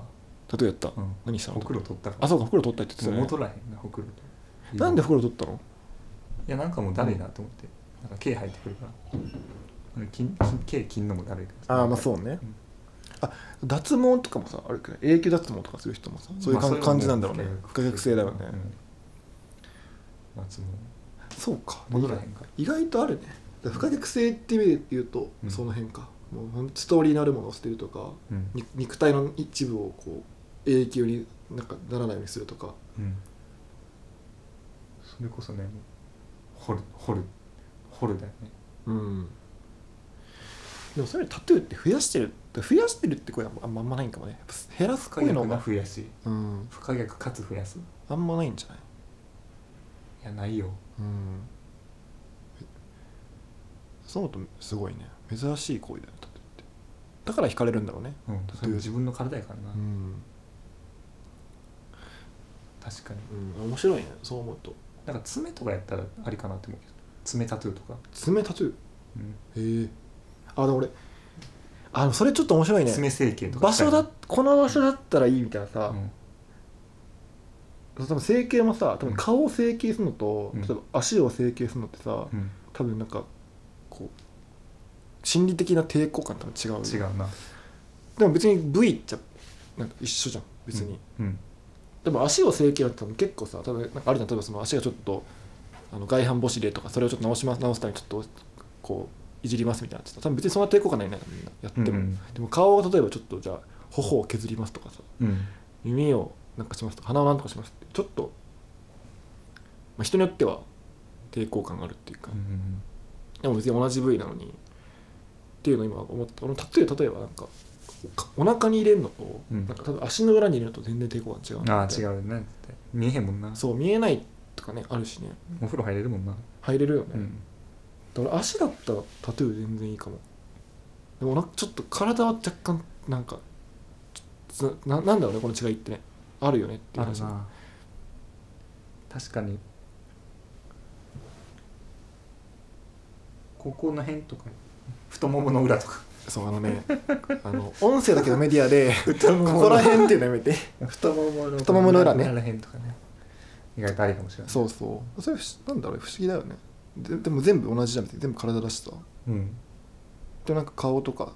Speaker 1: 例えばやった、
Speaker 2: うん、
Speaker 1: 何したの
Speaker 2: ほくろ取ったから
Speaker 1: あそうか袋取ったって言って
Speaker 2: もう
Speaker 1: た
Speaker 2: 戻
Speaker 1: ね
Speaker 2: らへんなほくろと
Speaker 1: なんで袋取ったの
Speaker 2: いやなんかもうだるいなと思って、なんか毛生えてくるから金金毛切んのもだるいから
Speaker 1: ああまあそううね、
Speaker 2: ん
Speaker 1: あ脱毛とかもさあるくらい永久脱毛とかする人もさそういう感,、感じなんだろうね不可逆性だよね、
Speaker 2: 夏も
Speaker 1: そうか
Speaker 2: 戻らへんから
Speaker 1: 意外とあるねだから不可逆性っていう意味で言うと、
Speaker 2: うん
Speaker 1: その辺かもうほんとストーリーのあるものを捨てるとか
Speaker 2: うん、
Speaker 1: に肉体の一部をこう永久になんかならないようにするとか
Speaker 2: うん、それこそね掘る掘る掘るだよね
Speaker 1: うんでもそれよりタトゥーって増やしてる増やしてるって声はあんまあんまないんかもねやっぱ減らす
Speaker 2: 不
Speaker 1: こ
Speaker 2: 可
Speaker 1: ういうの
Speaker 2: 逆な
Speaker 1: が
Speaker 2: 増やし
Speaker 1: うん
Speaker 2: 不可逆かつ増やすい
Speaker 1: あんまないんじゃない
Speaker 2: やないよ
Speaker 1: うんそう思うとすごいね珍しい行為だよねタトゥーってだから惹かれるんだろうね
Speaker 2: うん
Speaker 1: だって
Speaker 2: それも自分の体やからな、
Speaker 1: ん、
Speaker 2: 確かに
Speaker 1: うん、面白いねそう思うと
Speaker 2: なんか爪とかやったらありかなって思うけど爪タトゥーとか、
Speaker 1: 爪タトゥー
Speaker 2: うん
Speaker 1: へえあでも俺あのそれちょっと面白いね
Speaker 2: 爪整形とか
Speaker 1: 場所
Speaker 2: したい
Speaker 1: だこの場所だったらいいみたいなさ
Speaker 2: な、うん
Speaker 1: 多分整形もさ多
Speaker 2: う
Speaker 1: 分
Speaker 2: ん
Speaker 1: 顔を整形するのと、
Speaker 2: うん
Speaker 1: 例えば足を整形するのってさ、
Speaker 2: うん
Speaker 1: 多分なんかこう心理的な抵抗感と多分違う
Speaker 2: 違うな
Speaker 1: でも別に部位っちゃなんか一緒じゃん別に、
Speaker 2: うん
Speaker 1: でも足を整形は多分結構さ多分なんかあるじゃん例えばその足がちょっとあの外反母趾でとかそれをちょっと直します直すためにちょっとこういじりますみたいなやつ多分別にそんな抵抗感ないなみんなやって
Speaker 2: うん
Speaker 1: も、でも顔を例えばちょっとじゃあ頬を削りますとかさ
Speaker 2: うん
Speaker 1: 耳をなんかしますとか鼻をなんとかしますってちょっと、まあ、人によっては抵抗感があるっていうか、
Speaker 2: うん
Speaker 1: でも別に同じ部位なのにっていうのを今思ったこのタトゥー例えばなんかお腹に入れるのと、
Speaker 2: うん
Speaker 1: なんか多分足の裏に入れるのと全然抵抗感違う
Speaker 2: ああ
Speaker 1: な
Speaker 2: 違うねって見えへんもんな
Speaker 1: そう見えないとかねあるしね
Speaker 2: お風呂入れるもんな
Speaker 1: 入れるよね、
Speaker 2: うん
Speaker 1: だから足だったらタトゥー全然いいかもでもなんかちょっと体は若干なんかちょななんだろうねこの違いってねあるよねってい
Speaker 2: あ
Speaker 1: う
Speaker 2: る
Speaker 1: 話
Speaker 2: な確かにここの辺とか太ももの裏とか
Speaker 1: そうあのね あの音声だけのメディア で
Speaker 2: 太も
Speaker 1: ここら辺っていうのやめて
Speaker 2: 太ももの
Speaker 1: 太ももの裏ね
Speaker 2: ら辺とかね意外とありかもしれな い
Speaker 1: そうそうそれ不思なんだろう不思議だよねででも全部同じじゃなくて全部体出した
Speaker 2: うん
Speaker 1: でもなんか顔とか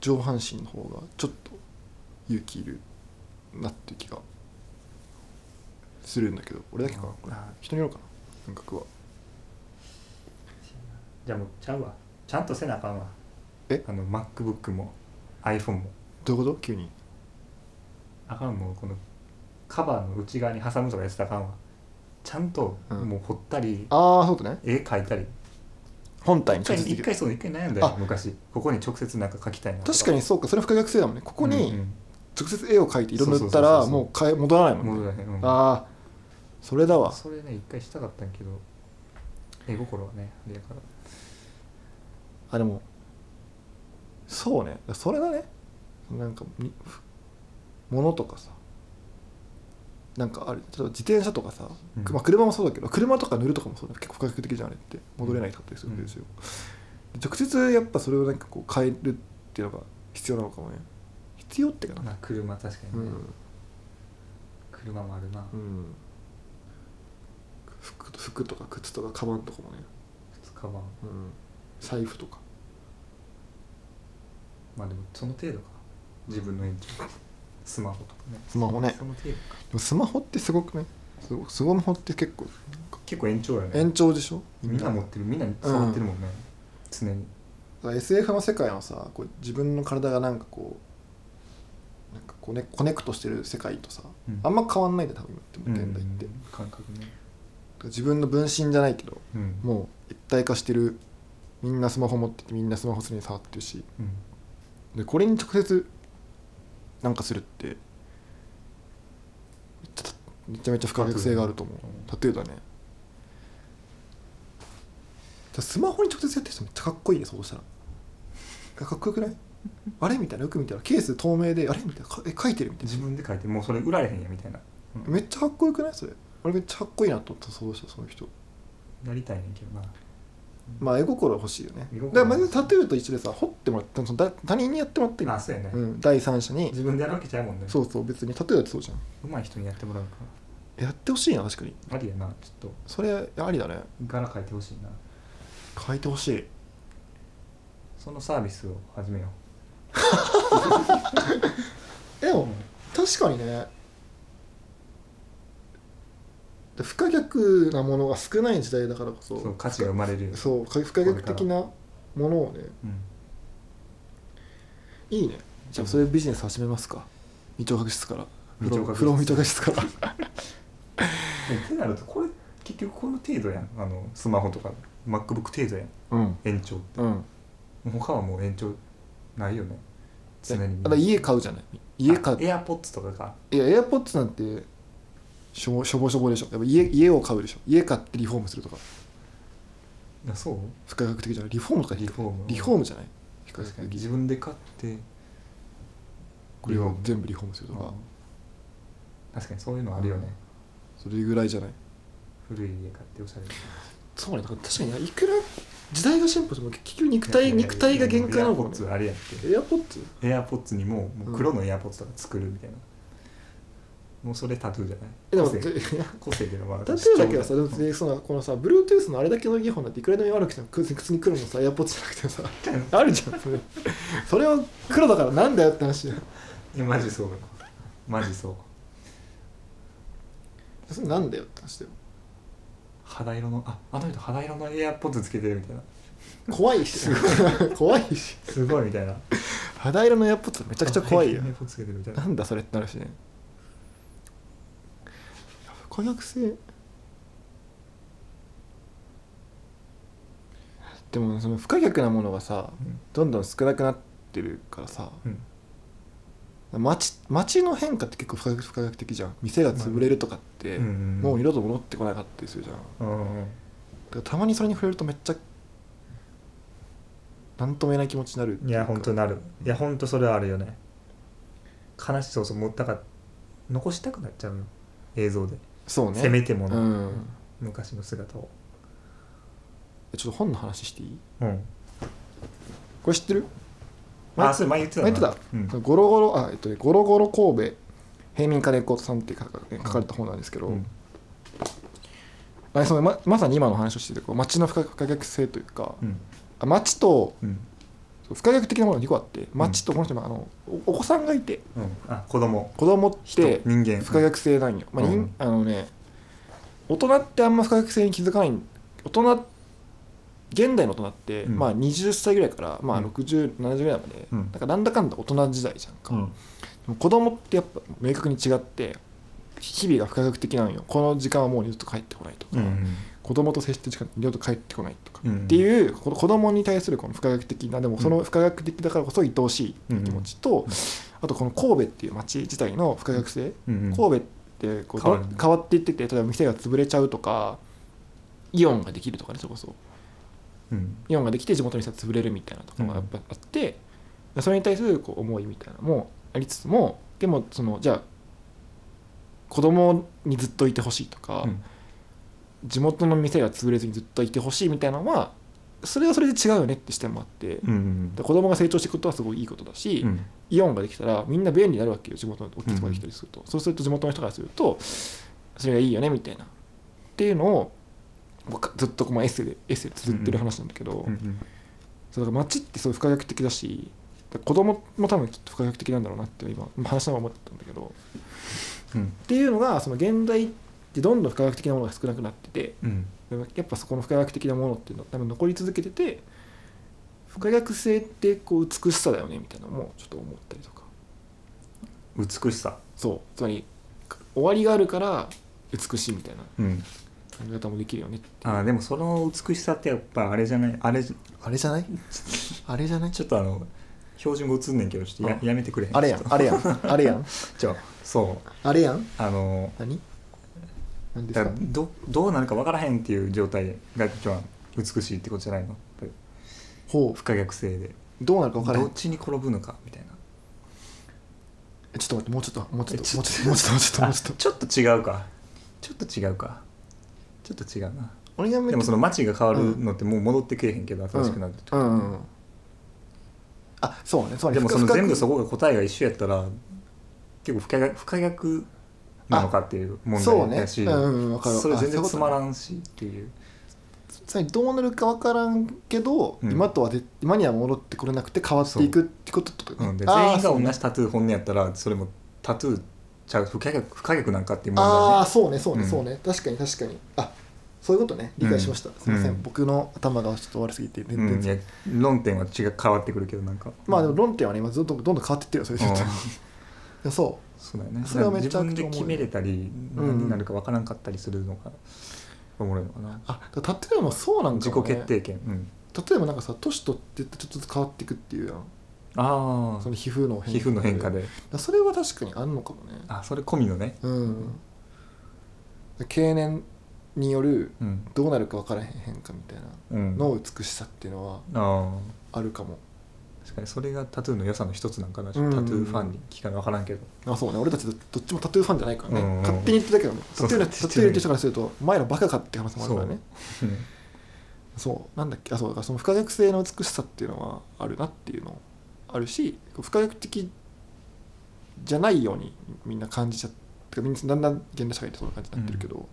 Speaker 1: 上半身の方がちょっと勇気いるなっていう気がするんだけど俺だけかなこれ
Speaker 2: あ
Speaker 1: 人によるかな感覚は
Speaker 2: じゃあもうちゃうわちゃんとせなあかんわ
Speaker 1: え
Speaker 2: あの MacBook も iPhone も
Speaker 1: どういうこと急に
Speaker 2: あかんもうこのカバーの内側に挟むとかやってたらあかんわちゃんと
Speaker 1: うん
Speaker 2: もう掘ったり、
Speaker 1: ああそうだね
Speaker 2: 絵描いたり
Speaker 1: 本体に
Speaker 2: 一
Speaker 1: 直
Speaker 2: 回
Speaker 1: 接
Speaker 2: 一回そう一回悩んだ
Speaker 1: あ
Speaker 2: よ昔ここに直接なんか描きたいなと
Speaker 1: 確かにそうかそれは不可逆性だもんねここ
Speaker 2: う
Speaker 1: に
Speaker 2: ん
Speaker 1: 直接絵を描いて色塗ったら
Speaker 2: そうそうそうそう
Speaker 1: もう変え戻らない
Speaker 2: うん
Speaker 1: もん
Speaker 2: 戻
Speaker 1: ね
Speaker 2: らへん、うん
Speaker 1: ああそれだわ
Speaker 2: それね一回したかったんやけど絵心はねあれやから
Speaker 1: あでもそうねそれだねなんかにふ物とかさなんかある例えば自転車とかさ、
Speaker 2: うん
Speaker 1: まあ、車もそうだけど車とか塗るとかもそうだ結構不可逆的じゃんあれって戻れないかったりするんですよ、直接やっぱそれをなんかこう変えるっっていうのが必要なのかもね必要っていうかな
Speaker 2: まあ車確か
Speaker 1: う
Speaker 2: にね、
Speaker 1: ん、
Speaker 2: 車もあるな、
Speaker 1: うん、服服とか靴とかカバンとかもね、
Speaker 2: 靴カバン
Speaker 1: うん、財布とか
Speaker 2: まあでもその程度か自分の延長スマホとかね
Speaker 1: スマホね
Speaker 2: その程度か
Speaker 1: でもスマホってすごくねすごスマホって結構
Speaker 2: 結構延長やね
Speaker 1: 延長でしょ
Speaker 2: みんな持ってるみんな触ってるもんね、常に
Speaker 1: だから SF の世界のさこう自分の体がなんかこうなんかコネコネクトしてる世界とさ、
Speaker 2: うん
Speaker 1: あんま変わんないんだよ多分今っても現代って、
Speaker 2: うん感覚ね
Speaker 1: 自分の分身じゃないけど
Speaker 2: うん
Speaker 1: もう一体化してるみんなスマホ持っててみんなスマホすでに触ってるし
Speaker 2: うん
Speaker 1: でこれに直接なんかするってめっちゃめちゃめちゃ不可逆性があると思う例えばねじゃあスマホに直接やってる人めっちゃかっこいいねそうしたらえかっこよく ないあれみたいなよく見たらケース透明であれみたいなかえ書いてるみたい
Speaker 2: 自分で書いてもうそれ売られへんやみたいな、う
Speaker 1: なんめっちゃかっこよくないそれ俺めっちゃかっこいいなと思ったそうしたその人
Speaker 2: やりたいねんけどな
Speaker 1: まあ絵心欲しいよね
Speaker 2: 絵心
Speaker 1: だからまずタトゥーと一緒でさ掘ってもらってそのだ他人にやってもらってる
Speaker 2: あそうやね、
Speaker 1: うん、第三者に
Speaker 2: 自分でやるわけちゃうもんね
Speaker 1: そううそう別にタトゥーだってそうじゃん
Speaker 2: まい人にやってもらうか
Speaker 1: やってほしいな確かに
Speaker 2: らありやなちょっと
Speaker 1: それありだね
Speaker 2: 柄書いてほしいな
Speaker 1: 書いてほしい
Speaker 2: そのサービスを始めよ
Speaker 1: で
Speaker 2: う、
Speaker 1: も確かにね不可逆なものが少ない時代だからこそ
Speaker 2: そう価値が生まれるよね
Speaker 1: そうか不可逆的なものをね
Speaker 2: うん
Speaker 1: いいねじゃあそれビジネス始めますか未聴覚室から
Speaker 2: 未聴覚室
Speaker 1: 風呂未聴覚室から
Speaker 2: えってなるとこれ結局この程度やんあのスマホとか MacBook 程度やん
Speaker 1: うん
Speaker 2: 延長
Speaker 1: うん
Speaker 2: 他はもう延長ないよね常に
Speaker 1: だから家買うじゃない家買う
Speaker 2: エアポッツとかか
Speaker 1: いやエアポッツなんてしょぼしょぼしょぼでしょやっぱ家家を買うでしょ家買ってリフォームするとか
Speaker 2: いやそう
Speaker 1: 不可逆的じゃないリフォームとか
Speaker 2: リフォーム
Speaker 1: リフォームじゃない不可
Speaker 2: 確か
Speaker 1: 逆
Speaker 2: に
Speaker 1: 的
Speaker 2: 自分で買って
Speaker 1: これを全部リフォームすると
Speaker 2: う
Speaker 1: か
Speaker 2: ん確かにそういうのあるよね、
Speaker 1: それぐらいじゃない
Speaker 2: 古い家買っておしゃれに
Speaker 1: そうねだから確かにいくら時代が進歩しても結局肉体肉体が限界なのかも
Speaker 2: エアポッ
Speaker 1: ね
Speaker 2: ツあれやって
Speaker 1: エアポッツ
Speaker 2: エアポッツにももう黒のエアポッツとか作るみたいな、もうそれタトゥーじゃない
Speaker 1: えでも
Speaker 2: 個性
Speaker 1: いや
Speaker 2: 個性っていうのは
Speaker 1: タトゥーだけはさでも別にそのこのさ Bluetooth のあれだけのイヤホンだっていくらでも悪くても別に普通に黒のさエアポッツじゃなくてもさ あるじゃんそれそれは黒だからなんだよって話だよ
Speaker 2: いやマジそうマジそう
Speaker 1: それなんだよって話だよ
Speaker 2: 肌色のああの人肌色のエアポッツつけてるみたいな
Speaker 1: 怖い し怖いし
Speaker 2: すごいみたいなめ
Speaker 1: 肌色のエアポッツめちゃくちゃ怖いよ
Speaker 2: エアポッツつけてるみたいな
Speaker 1: なんだそれってなるしねいや不可逆性でもその不可逆なものがさ
Speaker 2: うん
Speaker 1: どんどん少なくなってるからさ
Speaker 2: うん
Speaker 1: 街街の変化って結構不可逆不可逆的じゃん店が潰れるとかって、
Speaker 2: うんうん
Speaker 1: もう二度と戻ってこなかったりするじゃんだ
Speaker 2: うんうん
Speaker 1: からたまにそれに触れるとめっちゃなんとも言えない気持ちになるって
Speaker 2: いうや
Speaker 1: か
Speaker 2: 本当なるいや本当それはあるよね悲しそうそうもうだから残したくなっちゃうよ映像で、
Speaker 1: そうね
Speaker 2: せめても
Speaker 1: う
Speaker 2: の、
Speaker 1: ん
Speaker 2: 昔の姿を
Speaker 1: ちょっと本の話していい
Speaker 2: うん
Speaker 1: これ知ってる
Speaker 2: あそれ前言ってたな
Speaker 1: 前言って
Speaker 2: うん
Speaker 1: た、ゴロゴロあえっとねゴロゴロ神戸平民家猫さんって書か,、書かれた本なんですけど、
Speaker 2: うん
Speaker 1: あそのままさに今の話をしててこう街の不可不可逆性というか、
Speaker 2: うん
Speaker 1: あ街と
Speaker 2: うん、
Speaker 1: 不可逆的なものが2個あって街とこの人もあのおお子さんがいて
Speaker 2: うん、あ子供
Speaker 1: 子供っ
Speaker 2: 人
Speaker 1: て
Speaker 2: 人間
Speaker 1: 不可逆性なんよ、まあ人
Speaker 2: うん
Speaker 1: あのね大人ってあんま不可逆性に気づかない大人現代の大人って、
Speaker 2: うん
Speaker 1: まあ、20歳ぐらいから、まあ、
Speaker 2: うん
Speaker 1: 6070ぐらいまで、
Speaker 2: うん
Speaker 1: なんかなんだかんだ大人時代じゃんか、
Speaker 2: うん
Speaker 1: 子供ってやっぱ明確に違って日々が不可逆的なのよこの時間はもう二度と帰ってこないとか、
Speaker 2: うんうん
Speaker 1: 子供と接してる時間二度と帰ってこないとか、
Speaker 2: うん
Speaker 1: っていうこの子供に対するこの不可逆的なでもその不可逆的だからこそ愛おしいっていう気持ちと、あとこの神戸っていう町自体の不可逆性、
Speaker 2: うんうん
Speaker 1: 神戸ってこう変
Speaker 2: 変わ
Speaker 1: わ
Speaker 2: るね
Speaker 1: 変わっていってて例えば店が潰れちゃうとかイオンができるとかねそれこそ
Speaker 2: うん
Speaker 1: イオンができて地元の店が潰れるみたいなとかもやっぱあって、それに対するこう思いみたいなのもありつつもでもそのじゃあ子供にずっといてほしいとか、
Speaker 2: うん
Speaker 1: 地元の店が潰れずにずっといてほしいみたいなのは
Speaker 3: それはそれで違うよねって視点もあって、
Speaker 2: うんうん
Speaker 3: で子供が成長していくことはすごいいいことだし、
Speaker 2: うん
Speaker 3: イオンができたらみんな便利になるわけよ地元の大きいとこができたりすると、そうすると地元の人からするとそれがいいよねみたいなっていうのを僕はずっとこうエッセイでエッセイで綴ってる話なんだけど、
Speaker 2: うんうん
Speaker 3: そうだから街ってそういう不可逆的だしだから子供も多分きっと不可逆的なんだろうなって今今話しながら思ったんだけど
Speaker 2: うん
Speaker 3: っていうのがその現代ってどんどん不可逆的なものが少なくなってて
Speaker 2: うん
Speaker 3: でもやっぱそこの不可逆的なものっていうのは多分残り続けてて不可逆性ってこう美しさだよねみたいなのもちょっと思ったりとか
Speaker 2: 美しさ
Speaker 3: そうつまり終わりがあるから美しいみたいな
Speaker 2: うん
Speaker 3: 考え方もできるよねって
Speaker 2: あーでもその美しさってやっぱあれじゃないあれじ
Speaker 1: あれじゃないあれじゃない
Speaker 2: ちょっとあの標準語映んねんけどちょっとや
Speaker 1: あ
Speaker 2: やめてくれへん
Speaker 1: あれやんあれやんあれやん
Speaker 2: じゃあそう
Speaker 1: あれやん
Speaker 2: あの
Speaker 1: 何何です
Speaker 2: だか
Speaker 1: から
Speaker 2: どどうなるか分からへんっていう状態が一番美しいってことじゃないの
Speaker 1: ほ
Speaker 2: 不可逆性で
Speaker 1: うどうなるか分からへ
Speaker 2: ど
Speaker 1: ん
Speaker 2: っちに転ぶのかみたいな
Speaker 1: えちょっと待ってもうちょっともうちょっ
Speaker 2: え
Speaker 1: と
Speaker 2: ち
Speaker 1: も
Speaker 2: ょ
Speaker 1: うちょっともうちょっともうちょっとも
Speaker 2: あ
Speaker 1: うちょっと
Speaker 2: ちょっと違うかちょっと違うかちょっと違うな
Speaker 1: 俺が
Speaker 2: でもその街が変わるのってもう戻ってけえへんけど新しくなると、
Speaker 1: うんうんうんあそうねつまり
Speaker 2: でもその全部そ
Speaker 1: こ
Speaker 2: こが答えが一緒やったら結構不可逆不可逆なのかっていう問題だし
Speaker 1: そうねうんうんわかる
Speaker 2: それ全
Speaker 1: あそういう
Speaker 2: 然
Speaker 1: こと
Speaker 2: つまらんしっていう
Speaker 1: つまりどうなるか分からんけど、
Speaker 2: うん
Speaker 1: 今とはで今には戻ってこれなくて変わっていくってこととか
Speaker 2: う
Speaker 1: ね、
Speaker 2: んで
Speaker 1: あー
Speaker 2: 全員が
Speaker 1: そうね
Speaker 2: 同じタトゥー本音やったらそれもタトゥーちゃう不可逆不可逆なんかっていう問
Speaker 1: ああ
Speaker 2: 題ね
Speaker 1: そうねそうね、
Speaker 2: うん
Speaker 1: そうね確かに確かにあそういうことね理解しました、すいません、
Speaker 2: うん
Speaker 1: 僕の頭がちょっと悪すぎて全然、
Speaker 2: うん、いや論点は違う変わってくるけどなんか
Speaker 1: まあでも論点はね今ずっとどんどん変わってってるよそれ
Speaker 2: う
Speaker 1: で言
Speaker 2: ん
Speaker 1: うといやそ
Speaker 2: そうだよね
Speaker 1: それはめちゃくちゃ思うよ
Speaker 2: 自分で決めれたり
Speaker 1: うん
Speaker 2: 何になるかわからんかったりするのがおもろいのかな
Speaker 1: うあだから例えばもそうなんか
Speaker 2: 自己
Speaker 1: も、ね、
Speaker 2: 決定権、うん、
Speaker 1: 例えばなんかさ年取ってってちょっとずつ変わっていくっていうやん
Speaker 2: あ
Speaker 1: そ
Speaker 2: あ
Speaker 1: の皮膚の変
Speaker 2: 皮膚の変化
Speaker 1: だか
Speaker 2: で
Speaker 1: らそれは確かにあんのかもね
Speaker 2: あそれ込みのね
Speaker 1: うん経年による
Speaker 2: うん、
Speaker 1: どうなるか分からへん変化みたいな
Speaker 2: うん、
Speaker 1: の美しさっていうのは
Speaker 2: あ
Speaker 1: あるかも
Speaker 2: あ確かにそれがタトゥーの良さの一つなんか
Speaker 1: う
Speaker 2: な、
Speaker 1: ん
Speaker 2: タトゥーファンに聞かな分からんけど
Speaker 1: あそうね俺たちどどっちもタトゥーファンじゃないからね、
Speaker 2: うんうん
Speaker 1: 勝手に言ってたけどねタト
Speaker 2: そ
Speaker 1: ゥー
Speaker 2: うそ
Speaker 1: だ
Speaker 2: う
Speaker 1: タトゥー入れてる人からするとお前らバカかって話もあるからねそうなんだっけあそうだからその不可逆性の美しさっていうのはあるなっていうのあるし不可逆的じゃないようにみんな感じちゃってかみんなだんだん現代社会ってそんな感じになってるけど、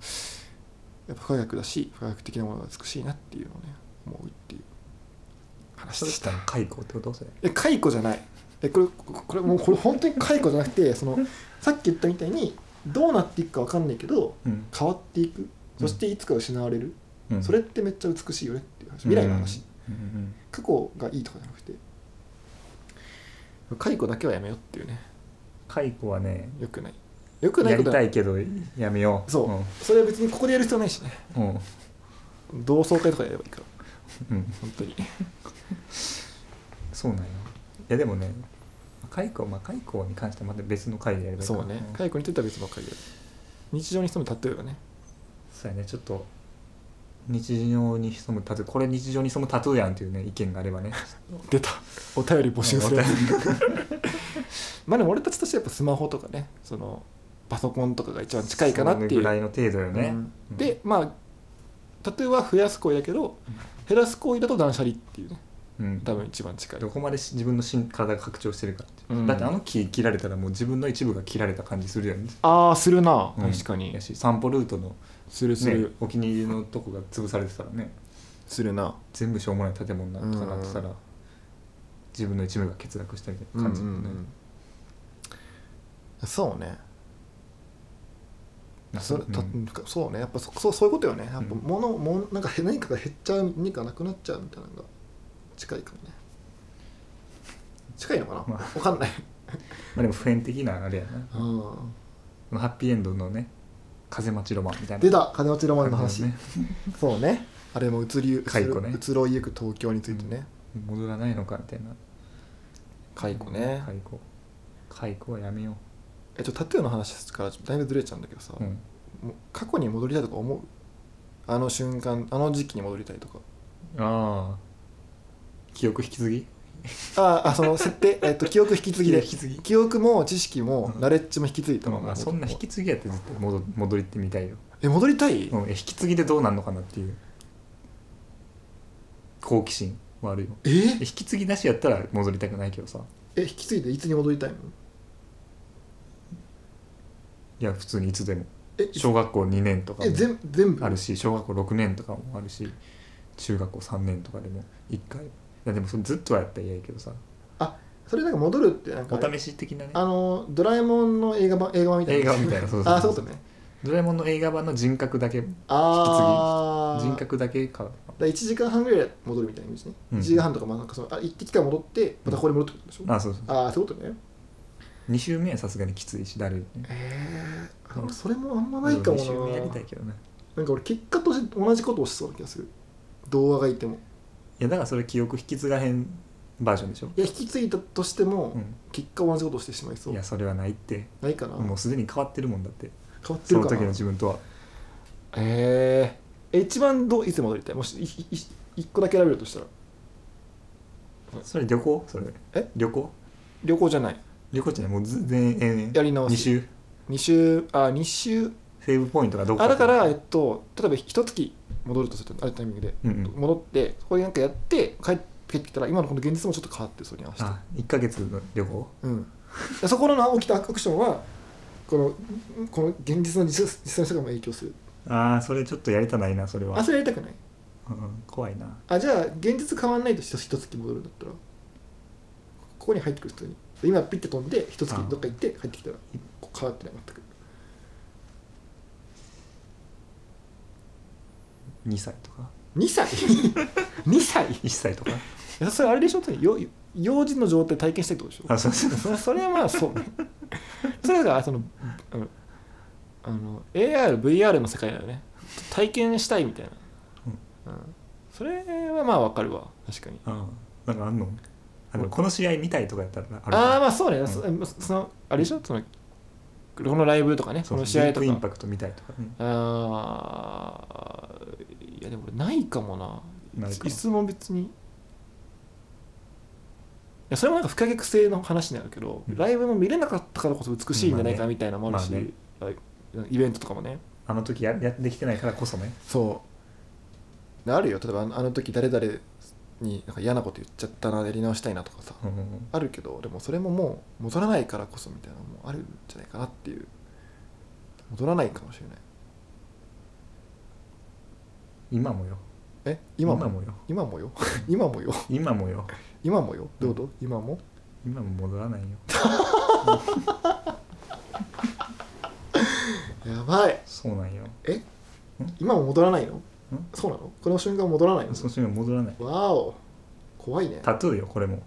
Speaker 1: やっぱ不可逆だし不可逆的なものが美しいなっていうのをね思うっていう話
Speaker 2: そ
Speaker 1: で
Speaker 2: れ
Speaker 1: し
Speaker 2: したたら解雇ってことそれ
Speaker 1: え解雇じゃないえこれこれもうこれ本当に解雇じゃなくてそのさっき言ったみたいにどうなっていくか分かんないけど
Speaker 2: うん、
Speaker 1: 変わっていくそしていつか失われる、
Speaker 2: うん、
Speaker 1: それってめっちゃ美しいよねっていう話未来の話、
Speaker 2: うんうん
Speaker 1: 過去がいいとかじゃなくて解雇だけはやめようっていうね
Speaker 2: 解雇はね
Speaker 1: よくないよくな
Speaker 2: や
Speaker 1: いこ
Speaker 2: り
Speaker 1: と
Speaker 2: た
Speaker 1: はい
Speaker 2: けどやめよう
Speaker 1: そう、それは別にここでやる必要ないしね
Speaker 2: うんうん
Speaker 1: 同窓会とかやればいいから
Speaker 2: うん、
Speaker 1: 本当に
Speaker 2: そうなんよいやでもね解雇まあ解雇に関してはまた別の回でやればいいか
Speaker 1: そうね
Speaker 2: ん
Speaker 1: 解雇にとっては別の会で日常に潜む例えばね
Speaker 2: そうやねちょっと日常に潜むタトゥーこれ日常に潜むタトゥーやんっていうね意見があればね
Speaker 1: 出たお便り募集するやつまあでも俺たちとしてはやっぱスマホとかねそのパソコンとかが一番近いかなってい
Speaker 2: それ
Speaker 1: う
Speaker 2: ぐらいの程度よね、
Speaker 1: うん
Speaker 2: うん
Speaker 3: で
Speaker 1: でまあタトゥーは増やす行為だけど減らす行為だと断捨離っていうね
Speaker 2: うん
Speaker 3: 多分一番近い
Speaker 2: どこまでし自分の身体が拡張してるかって、
Speaker 3: うん
Speaker 2: だってあの木切られたらもう自分の一部が切られた感じするやん、
Speaker 3: ああするな
Speaker 2: うん
Speaker 3: 確かに、
Speaker 2: やし散歩ルートの、
Speaker 3: するす
Speaker 2: ね
Speaker 3: る、
Speaker 2: お気に入りのとこが潰されてたらね
Speaker 1: するな
Speaker 2: 全部しょうもない建物なんとかなってたら、
Speaker 1: うん
Speaker 2: 自分の一部が欠落したみたいな感じだ
Speaker 1: う
Speaker 2: よ
Speaker 1: ん
Speaker 2: ね、
Speaker 1: うんうんそうね
Speaker 2: なんか
Speaker 1: それた
Speaker 2: うん
Speaker 1: そうねやっぱそそうそういうことよねやっぱ
Speaker 2: うん
Speaker 1: 物、もなんかへ何かが減っちゃう何かなくなっちゃうみたいなのが近いかもね近いのかな、
Speaker 2: まあ
Speaker 1: わかん ない、
Speaker 2: まあ、でも普遍的なあれやな
Speaker 1: うん、
Speaker 2: このハッピーエンドのね風待ちロマンみたいな
Speaker 1: 出た金持ちロマンの話、
Speaker 2: ね
Speaker 1: そうねあれも移りゆ
Speaker 2: 解雇ね
Speaker 1: 移ろいゆく東京についてね、
Speaker 2: 戻らないのかみたいな
Speaker 3: 解雇ね
Speaker 2: 解雇解雇はやめよ
Speaker 1: えちょタトゥーの話からだいぶずれちゃうんだけどさ、
Speaker 2: う、うん、
Speaker 1: もう過去に戻りたいとか思うあの瞬間あの時期に戻りたいとか
Speaker 2: ああ記憶引き継ぎ
Speaker 1: あーあその設定、 えっと記憶引き継ぎで
Speaker 2: 引き継ぎ
Speaker 1: 記憶も知識も
Speaker 2: うん
Speaker 1: ナレッジも引き継いだま
Speaker 2: まあ、そんな引き継ぎやって絶対戻戻りってみたいよ、
Speaker 1: え戻りたい、
Speaker 2: うん、え引き継ぎでどうなんのかなっていう好奇心はあるよ
Speaker 1: え
Speaker 2: 引き継ぎなしやったら戻りたくないけどさ
Speaker 1: え引き継いでいつに戻りたいの
Speaker 2: いや普通にいつでも
Speaker 1: え
Speaker 2: 小学校2年とか
Speaker 1: え
Speaker 2: も
Speaker 1: 全全部
Speaker 2: あるし小学校6年とかもあるし中学校3年とかでも1回いやでもそれずっとはやったら嫌やけどさ
Speaker 1: それなんか戻るってなんか
Speaker 2: お試し的なね
Speaker 1: あのドラえもんの映画版映画版みたい
Speaker 2: 映
Speaker 1: な
Speaker 2: 画みたいなそう
Speaker 1: あそういうことね
Speaker 2: ドラえもんの映画版の人格だけ
Speaker 1: ああ
Speaker 2: 人格だけか
Speaker 1: 1時間半ぐらい戻るみたいなイメージね、
Speaker 2: うん
Speaker 1: 1時間半とかまあなんかそのあ行ってきたら戻ってまたここに戻ってくるんでしょ、
Speaker 2: あそうそう
Speaker 1: ああそういうことね
Speaker 2: 2周目はさすがにきついしだるいよね
Speaker 1: えー、俺それもあんまないかも
Speaker 2: 2
Speaker 1: な
Speaker 2: 周目やりたいけどね
Speaker 1: なんか俺結果として同じことをしそうな気がする童話がいても
Speaker 2: いやだからそれ記憶引き継がへんバージョンでしょ、
Speaker 1: いや引き継いだとしても、
Speaker 2: う
Speaker 1: 結果同じことをしてしまいそ
Speaker 2: ん、
Speaker 1: う
Speaker 2: いやそれはないって
Speaker 1: ないかな、
Speaker 2: もうすでに変わってるもんだって
Speaker 1: 変わって
Speaker 2: そ
Speaker 1: る
Speaker 2: の
Speaker 1: か
Speaker 2: 時の
Speaker 1: な
Speaker 2: 自分とは
Speaker 3: え
Speaker 1: え一番どういつ戻りたいもしいいい一個だけ選べるとしたら
Speaker 2: それ旅行それ
Speaker 1: え
Speaker 2: 旅行
Speaker 3: 旅行じゃない
Speaker 2: 旅行じゃないもうず全然
Speaker 1: やり直
Speaker 2: 2
Speaker 1: し
Speaker 2: 週
Speaker 3: 2週あ二週
Speaker 2: セーブポイントがどこ
Speaker 3: あだからえっと例えば一月戻るとするとあるタイミングで
Speaker 2: うんうん
Speaker 3: 戻ってそこでなんかやって帰ってきたら今のこの現実もちょっと変わってるそれに合わせて
Speaker 2: あ1ヶ月の旅行
Speaker 1: うん、そこの起きたアクションはこのこの現実の実実際の世界も影響する
Speaker 2: ああそれちょっとやりたないなそれは
Speaker 1: あそれやりたくない
Speaker 2: うん、怖いな
Speaker 1: あじゃあ現実変わんないとして一月戻るんだったらここに入ってくる普通に今ピッて飛んで一月どっか行って帰ってきたらこう変わってない全く
Speaker 2: 2歳とか
Speaker 1: 2歳 2歳
Speaker 2: 1歳とか
Speaker 3: いやそれあれでしょってよ幼児の状態体験したいってことでしょ
Speaker 2: あそうそう
Speaker 3: それそれはまあそうねそれだからそのあのあの ARVR の世界だよね体験したいみたいな、うんそれはまあわかるわ確かに
Speaker 2: うんなんかあんのあのこの試合見たいとかやったらあるか
Speaker 3: ああー
Speaker 2: あ
Speaker 3: まあそうね、
Speaker 2: ん
Speaker 3: そそのあれでしょそのこのライブとかねこの試合と
Speaker 2: イン
Speaker 3: か
Speaker 2: パクト見たいとか、うん
Speaker 3: あーいやでも俺ないかもな
Speaker 2: ないいかも
Speaker 3: つも別にいやそれもなんか不可逆性の話になるけど、
Speaker 2: うん
Speaker 3: ライブも見れなかったからこそ美しいんじゃないかみたいなのもあるし、
Speaker 2: まあね
Speaker 3: あイベントとかもね
Speaker 2: あの時ややってきてないからこそね
Speaker 1: そうあるよ例えばあのあの時誰々になんか嫌なこと言っちゃったなやり直したいなとかさ
Speaker 2: うんうんうん
Speaker 1: あるけどでもそれももう戻らないからこそみたいなのもあるんじゃないかなっていう戻らないかもしれない
Speaker 2: 今もよ
Speaker 1: え今も
Speaker 2: もよ
Speaker 1: 今もよ 今もよ
Speaker 2: 今もよ
Speaker 1: 今もよどういうこと今も
Speaker 2: 今も戻らないよ
Speaker 1: やばい
Speaker 2: そうなんよ
Speaker 1: え今も戻らないの
Speaker 2: ん
Speaker 1: そうなのこの瞬間戻らないの
Speaker 2: その瞬間戻らない
Speaker 1: わお怖いね
Speaker 2: タトゥーよこれも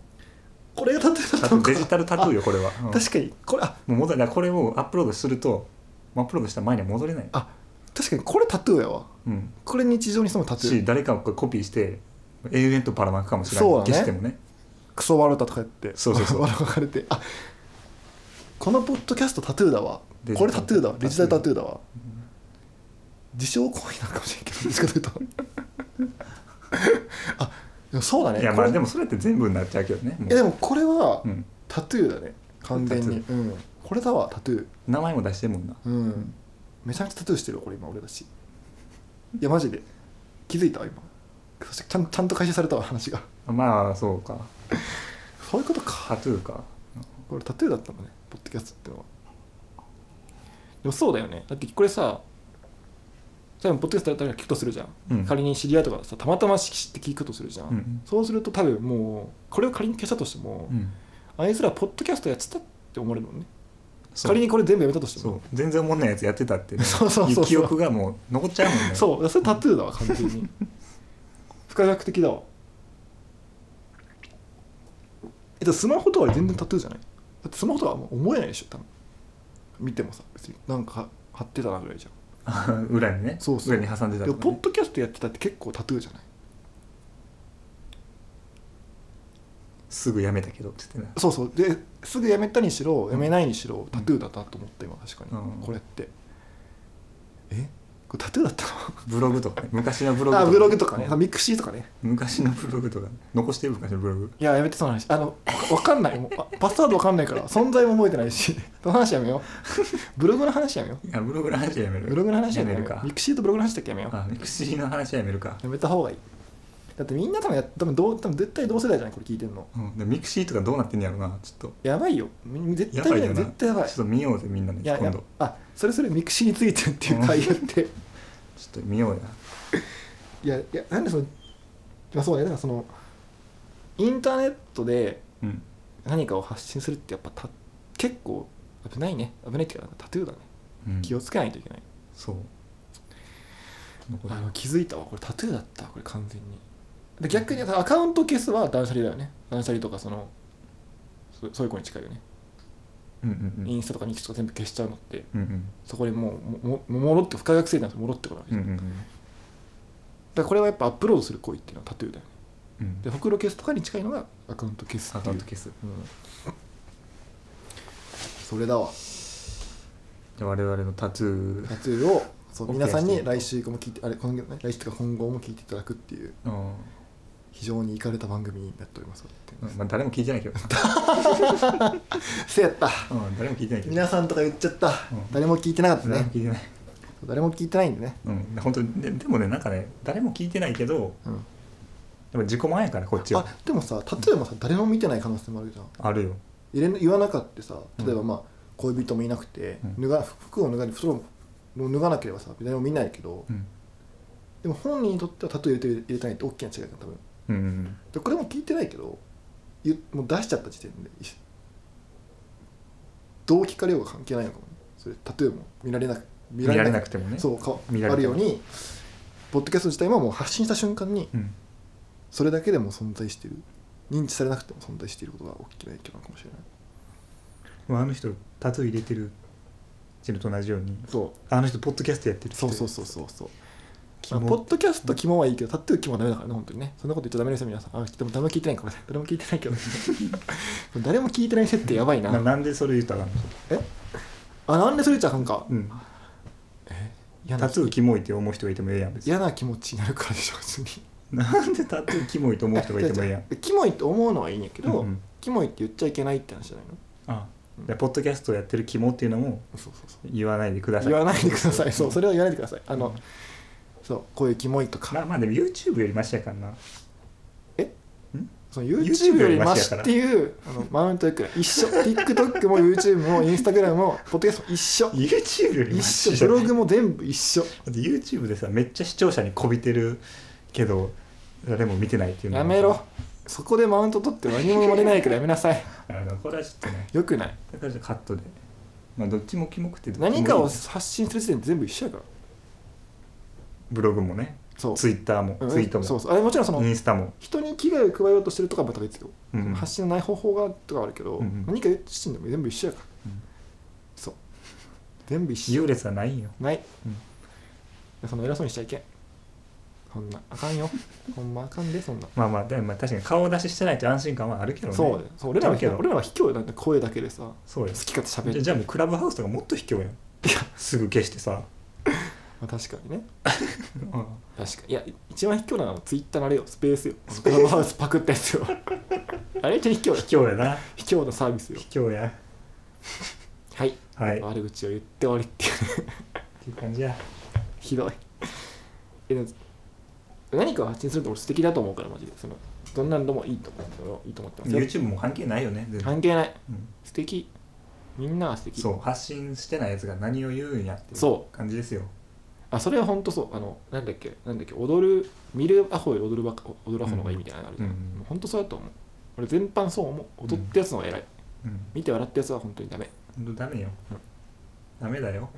Speaker 1: これがタトゥーだ
Speaker 2: タ
Speaker 1: った
Speaker 2: トゥ
Speaker 1: の
Speaker 2: ー
Speaker 1: か
Speaker 2: デジタルタトゥーよこれは、うん
Speaker 1: 確かにこれあ
Speaker 2: もう戻らないこれをアップロードするとアップロードした前には戻れない
Speaker 1: あ確かにこれタトゥーやわ
Speaker 2: うん
Speaker 1: これ日常に潜むタトゥ
Speaker 2: し
Speaker 1: ー
Speaker 2: 誰かをこれコピーして永遠とばらまくかもしれない
Speaker 1: そうだね
Speaker 2: 消してもね
Speaker 1: クソ笑うたとかやって
Speaker 2: そうそうそう
Speaker 1: 笑わかれてあこのポッドキャストタトゥーだわ
Speaker 2: デジ
Speaker 1: こ
Speaker 2: タ
Speaker 1: れ
Speaker 2: ル
Speaker 1: タトゥーだわデジタルタトゥーだわ
Speaker 2: ん
Speaker 1: 自称行為なんかもしれんけどどっちかというと あでもそうだね
Speaker 2: いやま
Speaker 1: こ
Speaker 2: あ
Speaker 1: れ
Speaker 2: でもそれって全部になっちゃうけどねもう
Speaker 1: いやでもこれは
Speaker 2: うん、
Speaker 1: タトゥーだね完全に
Speaker 2: タ、
Speaker 1: うん、これだわタトゥー
Speaker 2: 名前も出してるもんな
Speaker 1: うんめちゃくちゃタトゥーしてるよこれ今俺だしいやマジで気づいたわ今そしてちゃんちゃんと回収されたわ話が
Speaker 2: まあそうか
Speaker 1: そういうことか
Speaker 2: タトゥーか
Speaker 1: これタトゥーだったのねポッドキャストってのは
Speaker 3: でもそうだよねだってこれさ多分ポッドキャストだったら聞くとするじゃん、
Speaker 2: うん
Speaker 3: 仮に知り合いとかさたまたま知って聞くとするじゃん、
Speaker 2: うん
Speaker 3: そうすると多分もうこれを仮に消したとしても、
Speaker 2: うん
Speaker 3: あいつらポッドキャストやってたって思われるもんね
Speaker 2: そう
Speaker 3: 仮にこれ全部やめたとして
Speaker 2: そ
Speaker 3: も
Speaker 2: う全然おもんないやつやってたってね
Speaker 3: そうそうそうそう
Speaker 2: い記憶がもう残っちゃうもんね
Speaker 3: そうそれタトゥーだわ完全に 不可逆的だわ
Speaker 1: えっとスマホとは全然タトゥーじゃないだってスマホとはもう思えないでしょ多分見てもさ別になんか貼ってたなぐらいじゃん
Speaker 2: 裏にね
Speaker 1: そうそう
Speaker 2: 裏に挟んでた
Speaker 1: で
Speaker 2: と
Speaker 1: も
Speaker 2: か
Speaker 1: ポ
Speaker 2: ね
Speaker 1: ッドキャストやってたって結構タトゥーじゃない
Speaker 2: すぐやめたけどって言って
Speaker 1: そうそうですぐやめたにしろやめないにしろタトゥーだったと思った今確かに、
Speaker 2: うん
Speaker 1: これってえこれタトゥーだった
Speaker 2: なブログとかね昔のブログ
Speaker 1: のあブログとかね
Speaker 2: うん
Speaker 1: ミクシーとかね
Speaker 2: 昔のブログとかね残してる昔のブログ
Speaker 1: いややめてその話あのわわかんないもうあパスワードわかんないから存在も覚えてな いしその話やめよう ブログの話やめよ
Speaker 2: いやブログの話はやめ
Speaker 1: う
Speaker 2: る
Speaker 1: ブログの話やめよ
Speaker 2: やめ
Speaker 1: う
Speaker 2: るか
Speaker 1: ミクシーとブログの話だけやめよう
Speaker 2: あミクシーの話はやめるか
Speaker 1: やめた方がいい
Speaker 3: だってみんな多分や多分どう多分絶対同世代じゃないこれ聞いてんの
Speaker 2: うん、でミクシーとかどうなってんやろなちょっと
Speaker 3: やばいよみ絶
Speaker 2: や
Speaker 3: 対
Speaker 2: ば
Speaker 3: 見
Speaker 2: い
Speaker 3: ない
Speaker 2: よな
Speaker 3: 絶対やばい
Speaker 2: ちょっと見ようぜみんなで
Speaker 3: いや
Speaker 2: 今
Speaker 3: や
Speaker 2: 度
Speaker 3: あそれそれミクシーについてっていう回やって
Speaker 2: ちょっと見ようや
Speaker 3: いやいやなんでそのまあそうねだからそのインターネットで
Speaker 2: うん
Speaker 3: 何かを発信するってやっぱた結構危ないね危ないっていうかタトゥーだね
Speaker 2: うん
Speaker 3: 気をつけないといけない、
Speaker 2: そう残り
Speaker 3: あの気づいたわこれタトゥーだったこれ完全にで逆にアカウント消すは断捨離だよね断捨離とかそのそそういう子に近いよね、
Speaker 2: うんうんう
Speaker 3: イ
Speaker 2: ん
Speaker 3: ンスタとかミクシィとか全部消しちゃうのって
Speaker 2: うんうん
Speaker 3: そこでもうもも戻って不可学生なんですよ戻ってこない、
Speaker 2: うんう
Speaker 3: だか
Speaker 2: ん
Speaker 3: らこれはやっぱアップロードする行為っていうのはタトゥーだよね
Speaker 2: うん
Speaker 3: でほくろ消すとかに近いのがアカウント消す
Speaker 2: ア
Speaker 3: って
Speaker 2: カウ
Speaker 3: い
Speaker 2: ン
Speaker 3: う
Speaker 2: ト消す
Speaker 1: それだわ
Speaker 2: じゃあ我々のタトゥー
Speaker 1: タトゥーをそう
Speaker 2: OK
Speaker 1: 皆さん
Speaker 2: して
Speaker 1: に
Speaker 2: いこう
Speaker 1: 来週以降も聞いてあれ今月ね来週とか今後も聞いていただくっていう
Speaker 2: うん
Speaker 1: 非常にイかれた番組になっております
Speaker 2: うんまあ誰も聞いてないけ ど
Speaker 1: せやった
Speaker 2: うん誰も聞いてないけど
Speaker 1: 皆さんとか言っちゃった、
Speaker 2: ん
Speaker 1: 誰も聞いてなかった
Speaker 2: 誰も
Speaker 1: ね
Speaker 2: 聞いてない
Speaker 1: 誰も聞いてないんでね
Speaker 2: うん本当にででもねなんかね誰も聞いてないけど
Speaker 1: うん
Speaker 2: でも自己前やからこっちは
Speaker 1: あでもさ例えばさ誰も見てない可能性もあるじゃん
Speaker 2: あるよ
Speaker 1: 入れ言わなかったさ
Speaker 2: うん
Speaker 1: 例えばまあ恋人もいなくて、
Speaker 2: うん
Speaker 1: 脱が服を脱がに服を脱がなければさ誰も見ないけど、
Speaker 2: うん
Speaker 1: でも本人にとってはタトゥー入れてる入れてないって大きな違いだよ多分
Speaker 2: うんうん
Speaker 1: でこれも聞いてないけど言うもう出しちゃった時点でいどう聞かれようが関係ないのかもねそれタトゥーも見られなく見
Speaker 2: 見られなくてもね
Speaker 1: そうか
Speaker 2: 見られ
Speaker 1: あ
Speaker 2: て
Speaker 1: るよ
Speaker 2: も
Speaker 1: うにポッドキャスト自体ももう発信した瞬間に
Speaker 2: うん
Speaker 1: それだけでも存在してる認知されなくても存在していることが大きな影響なのかもしれない
Speaker 2: まああの人タトゥー入れてる人と同じように
Speaker 1: そう
Speaker 2: あの人ポッドキャストやってるって
Speaker 1: そうそうそうそうそう
Speaker 2: キ
Speaker 1: まあ
Speaker 2: モ
Speaker 1: ポッドキャスト肝はいいけどタトゥー肝はダメだからね本当にねそんなこと言っちゃダメですよ皆さんあでも誰も聞いてないかもね誰も聞いてない けど誰も聞いてない設定やばいな
Speaker 2: ななんでそれ言ったらあかんの
Speaker 3: あなんでそれじゃあかんか
Speaker 2: うん
Speaker 3: 嫌な
Speaker 2: タトゥーキモいって思う人がいてもええやん別に
Speaker 1: 嫌な気持ちになるからでしょ普通に
Speaker 2: なんでタトゥーキモいと思う人がいてもえ えやん
Speaker 1: え キモいって思うのはいいんやけど、
Speaker 2: うんうん
Speaker 1: キモいって言っちゃいけないって話じゃないの
Speaker 2: ああでポッドキャストやってるキモっていうのも
Speaker 1: そうそうそう
Speaker 2: 言わないでください
Speaker 3: 言わないでくださいそうそれは言わないでくださいあ
Speaker 2: う
Speaker 3: の
Speaker 2: ん
Speaker 1: そうこういうキモいとか、
Speaker 2: まあまあでも YouTube よりマシやからな
Speaker 1: その
Speaker 2: YouTube
Speaker 1: YouTube よりマ
Speaker 2: よりマシ
Speaker 1: シ
Speaker 2: やから
Speaker 1: っていうあのマウントいくら一緒 TikTok も YouTube も Instagram もポッドキャストも一緒
Speaker 2: YouTube よりマ
Speaker 1: 一
Speaker 2: シ
Speaker 1: 緒
Speaker 2: じゃ
Speaker 1: ブ
Speaker 2: ん
Speaker 1: ログも全部一緒
Speaker 2: だって YouTube でさめっちゃ視聴者にこびてるけど誰も見てないっていうの
Speaker 3: や
Speaker 2: は
Speaker 3: めろそこでマウント取って何も生まれないからやめなさい
Speaker 2: あのこれはちょっとね
Speaker 3: よくない
Speaker 2: だからカットでまあどっちもキモくてどっちもいい
Speaker 3: 何かを発信する時点で全部一緒やから
Speaker 2: ブログもね
Speaker 1: そう
Speaker 2: ツイッターも
Speaker 1: うん
Speaker 2: ツイートも
Speaker 3: そうそうあれもちろんその
Speaker 2: インスタも、
Speaker 3: 人に危害を加えようとしてるとかはまた別よ、
Speaker 2: うんうん
Speaker 3: 発信のない方法がとかはあるけど、
Speaker 2: うんうん
Speaker 3: 何か自身でも全部一緒やから、
Speaker 2: うん
Speaker 3: そう全部一緒
Speaker 2: 優劣はないんよ
Speaker 3: ない、
Speaker 2: うん
Speaker 3: いやその偉そうにしちゃいけんそんなあかん よほんまあかんでそんな、
Speaker 2: まあまあでもまあ確かに顔出ししてないと安心感はあるけどね
Speaker 3: そうそう俺らは
Speaker 2: だけど
Speaker 3: 俺らは卑怯なんて声だけでさ好
Speaker 2: そうよ
Speaker 3: き勝手喋っ
Speaker 2: じ
Speaker 3: て
Speaker 2: ゃ、じゃあもうクラブハウスとかもっと卑怯やんすぐ消してさ、
Speaker 3: まあ、確かにね
Speaker 2: うん
Speaker 3: 確かいや一番卑怯なのはツイッターのあれよスペー スよスクラブ ハウスパクったやつよあれ一番卑怯よ
Speaker 2: 卑怯やな
Speaker 3: 卑怯なサービスよ
Speaker 2: 卑怯や
Speaker 3: はい
Speaker 2: はいっ
Speaker 3: 悪口を言って終わりっていう
Speaker 2: ていう感じや
Speaker 3: ひどいえでも何かを発信するって俺素敵だと思うからマジでそのどんなんでもいいと思うそれはいいと思ってますよ
Speaker 2: YouTube も関係ないよね全然
Speaker 3: 関係ない
Speaker 2: うん
Speaker 3: 素敵みんなは素敵
Speaker 2: そう発信してないやつが何を言うんやってい
Speaker 3: そう
Speaker 2: 感じですよ
Speaker 3: あそれは本当そうあのなんだっけなんだっけ踊る見るアホより踊るば踊るアホの方がいいみたいなのあるじゃん、
Speaker 2: うんうん
Speaker 3: もう本当そうだと思う俺全般そう思う踊ったやつの方が偉い、
Speaker 2: うん
Speaker 3: 見て笑ったやつは本当にダメ
Speaker 2: ほんとダメよ、ダメだよ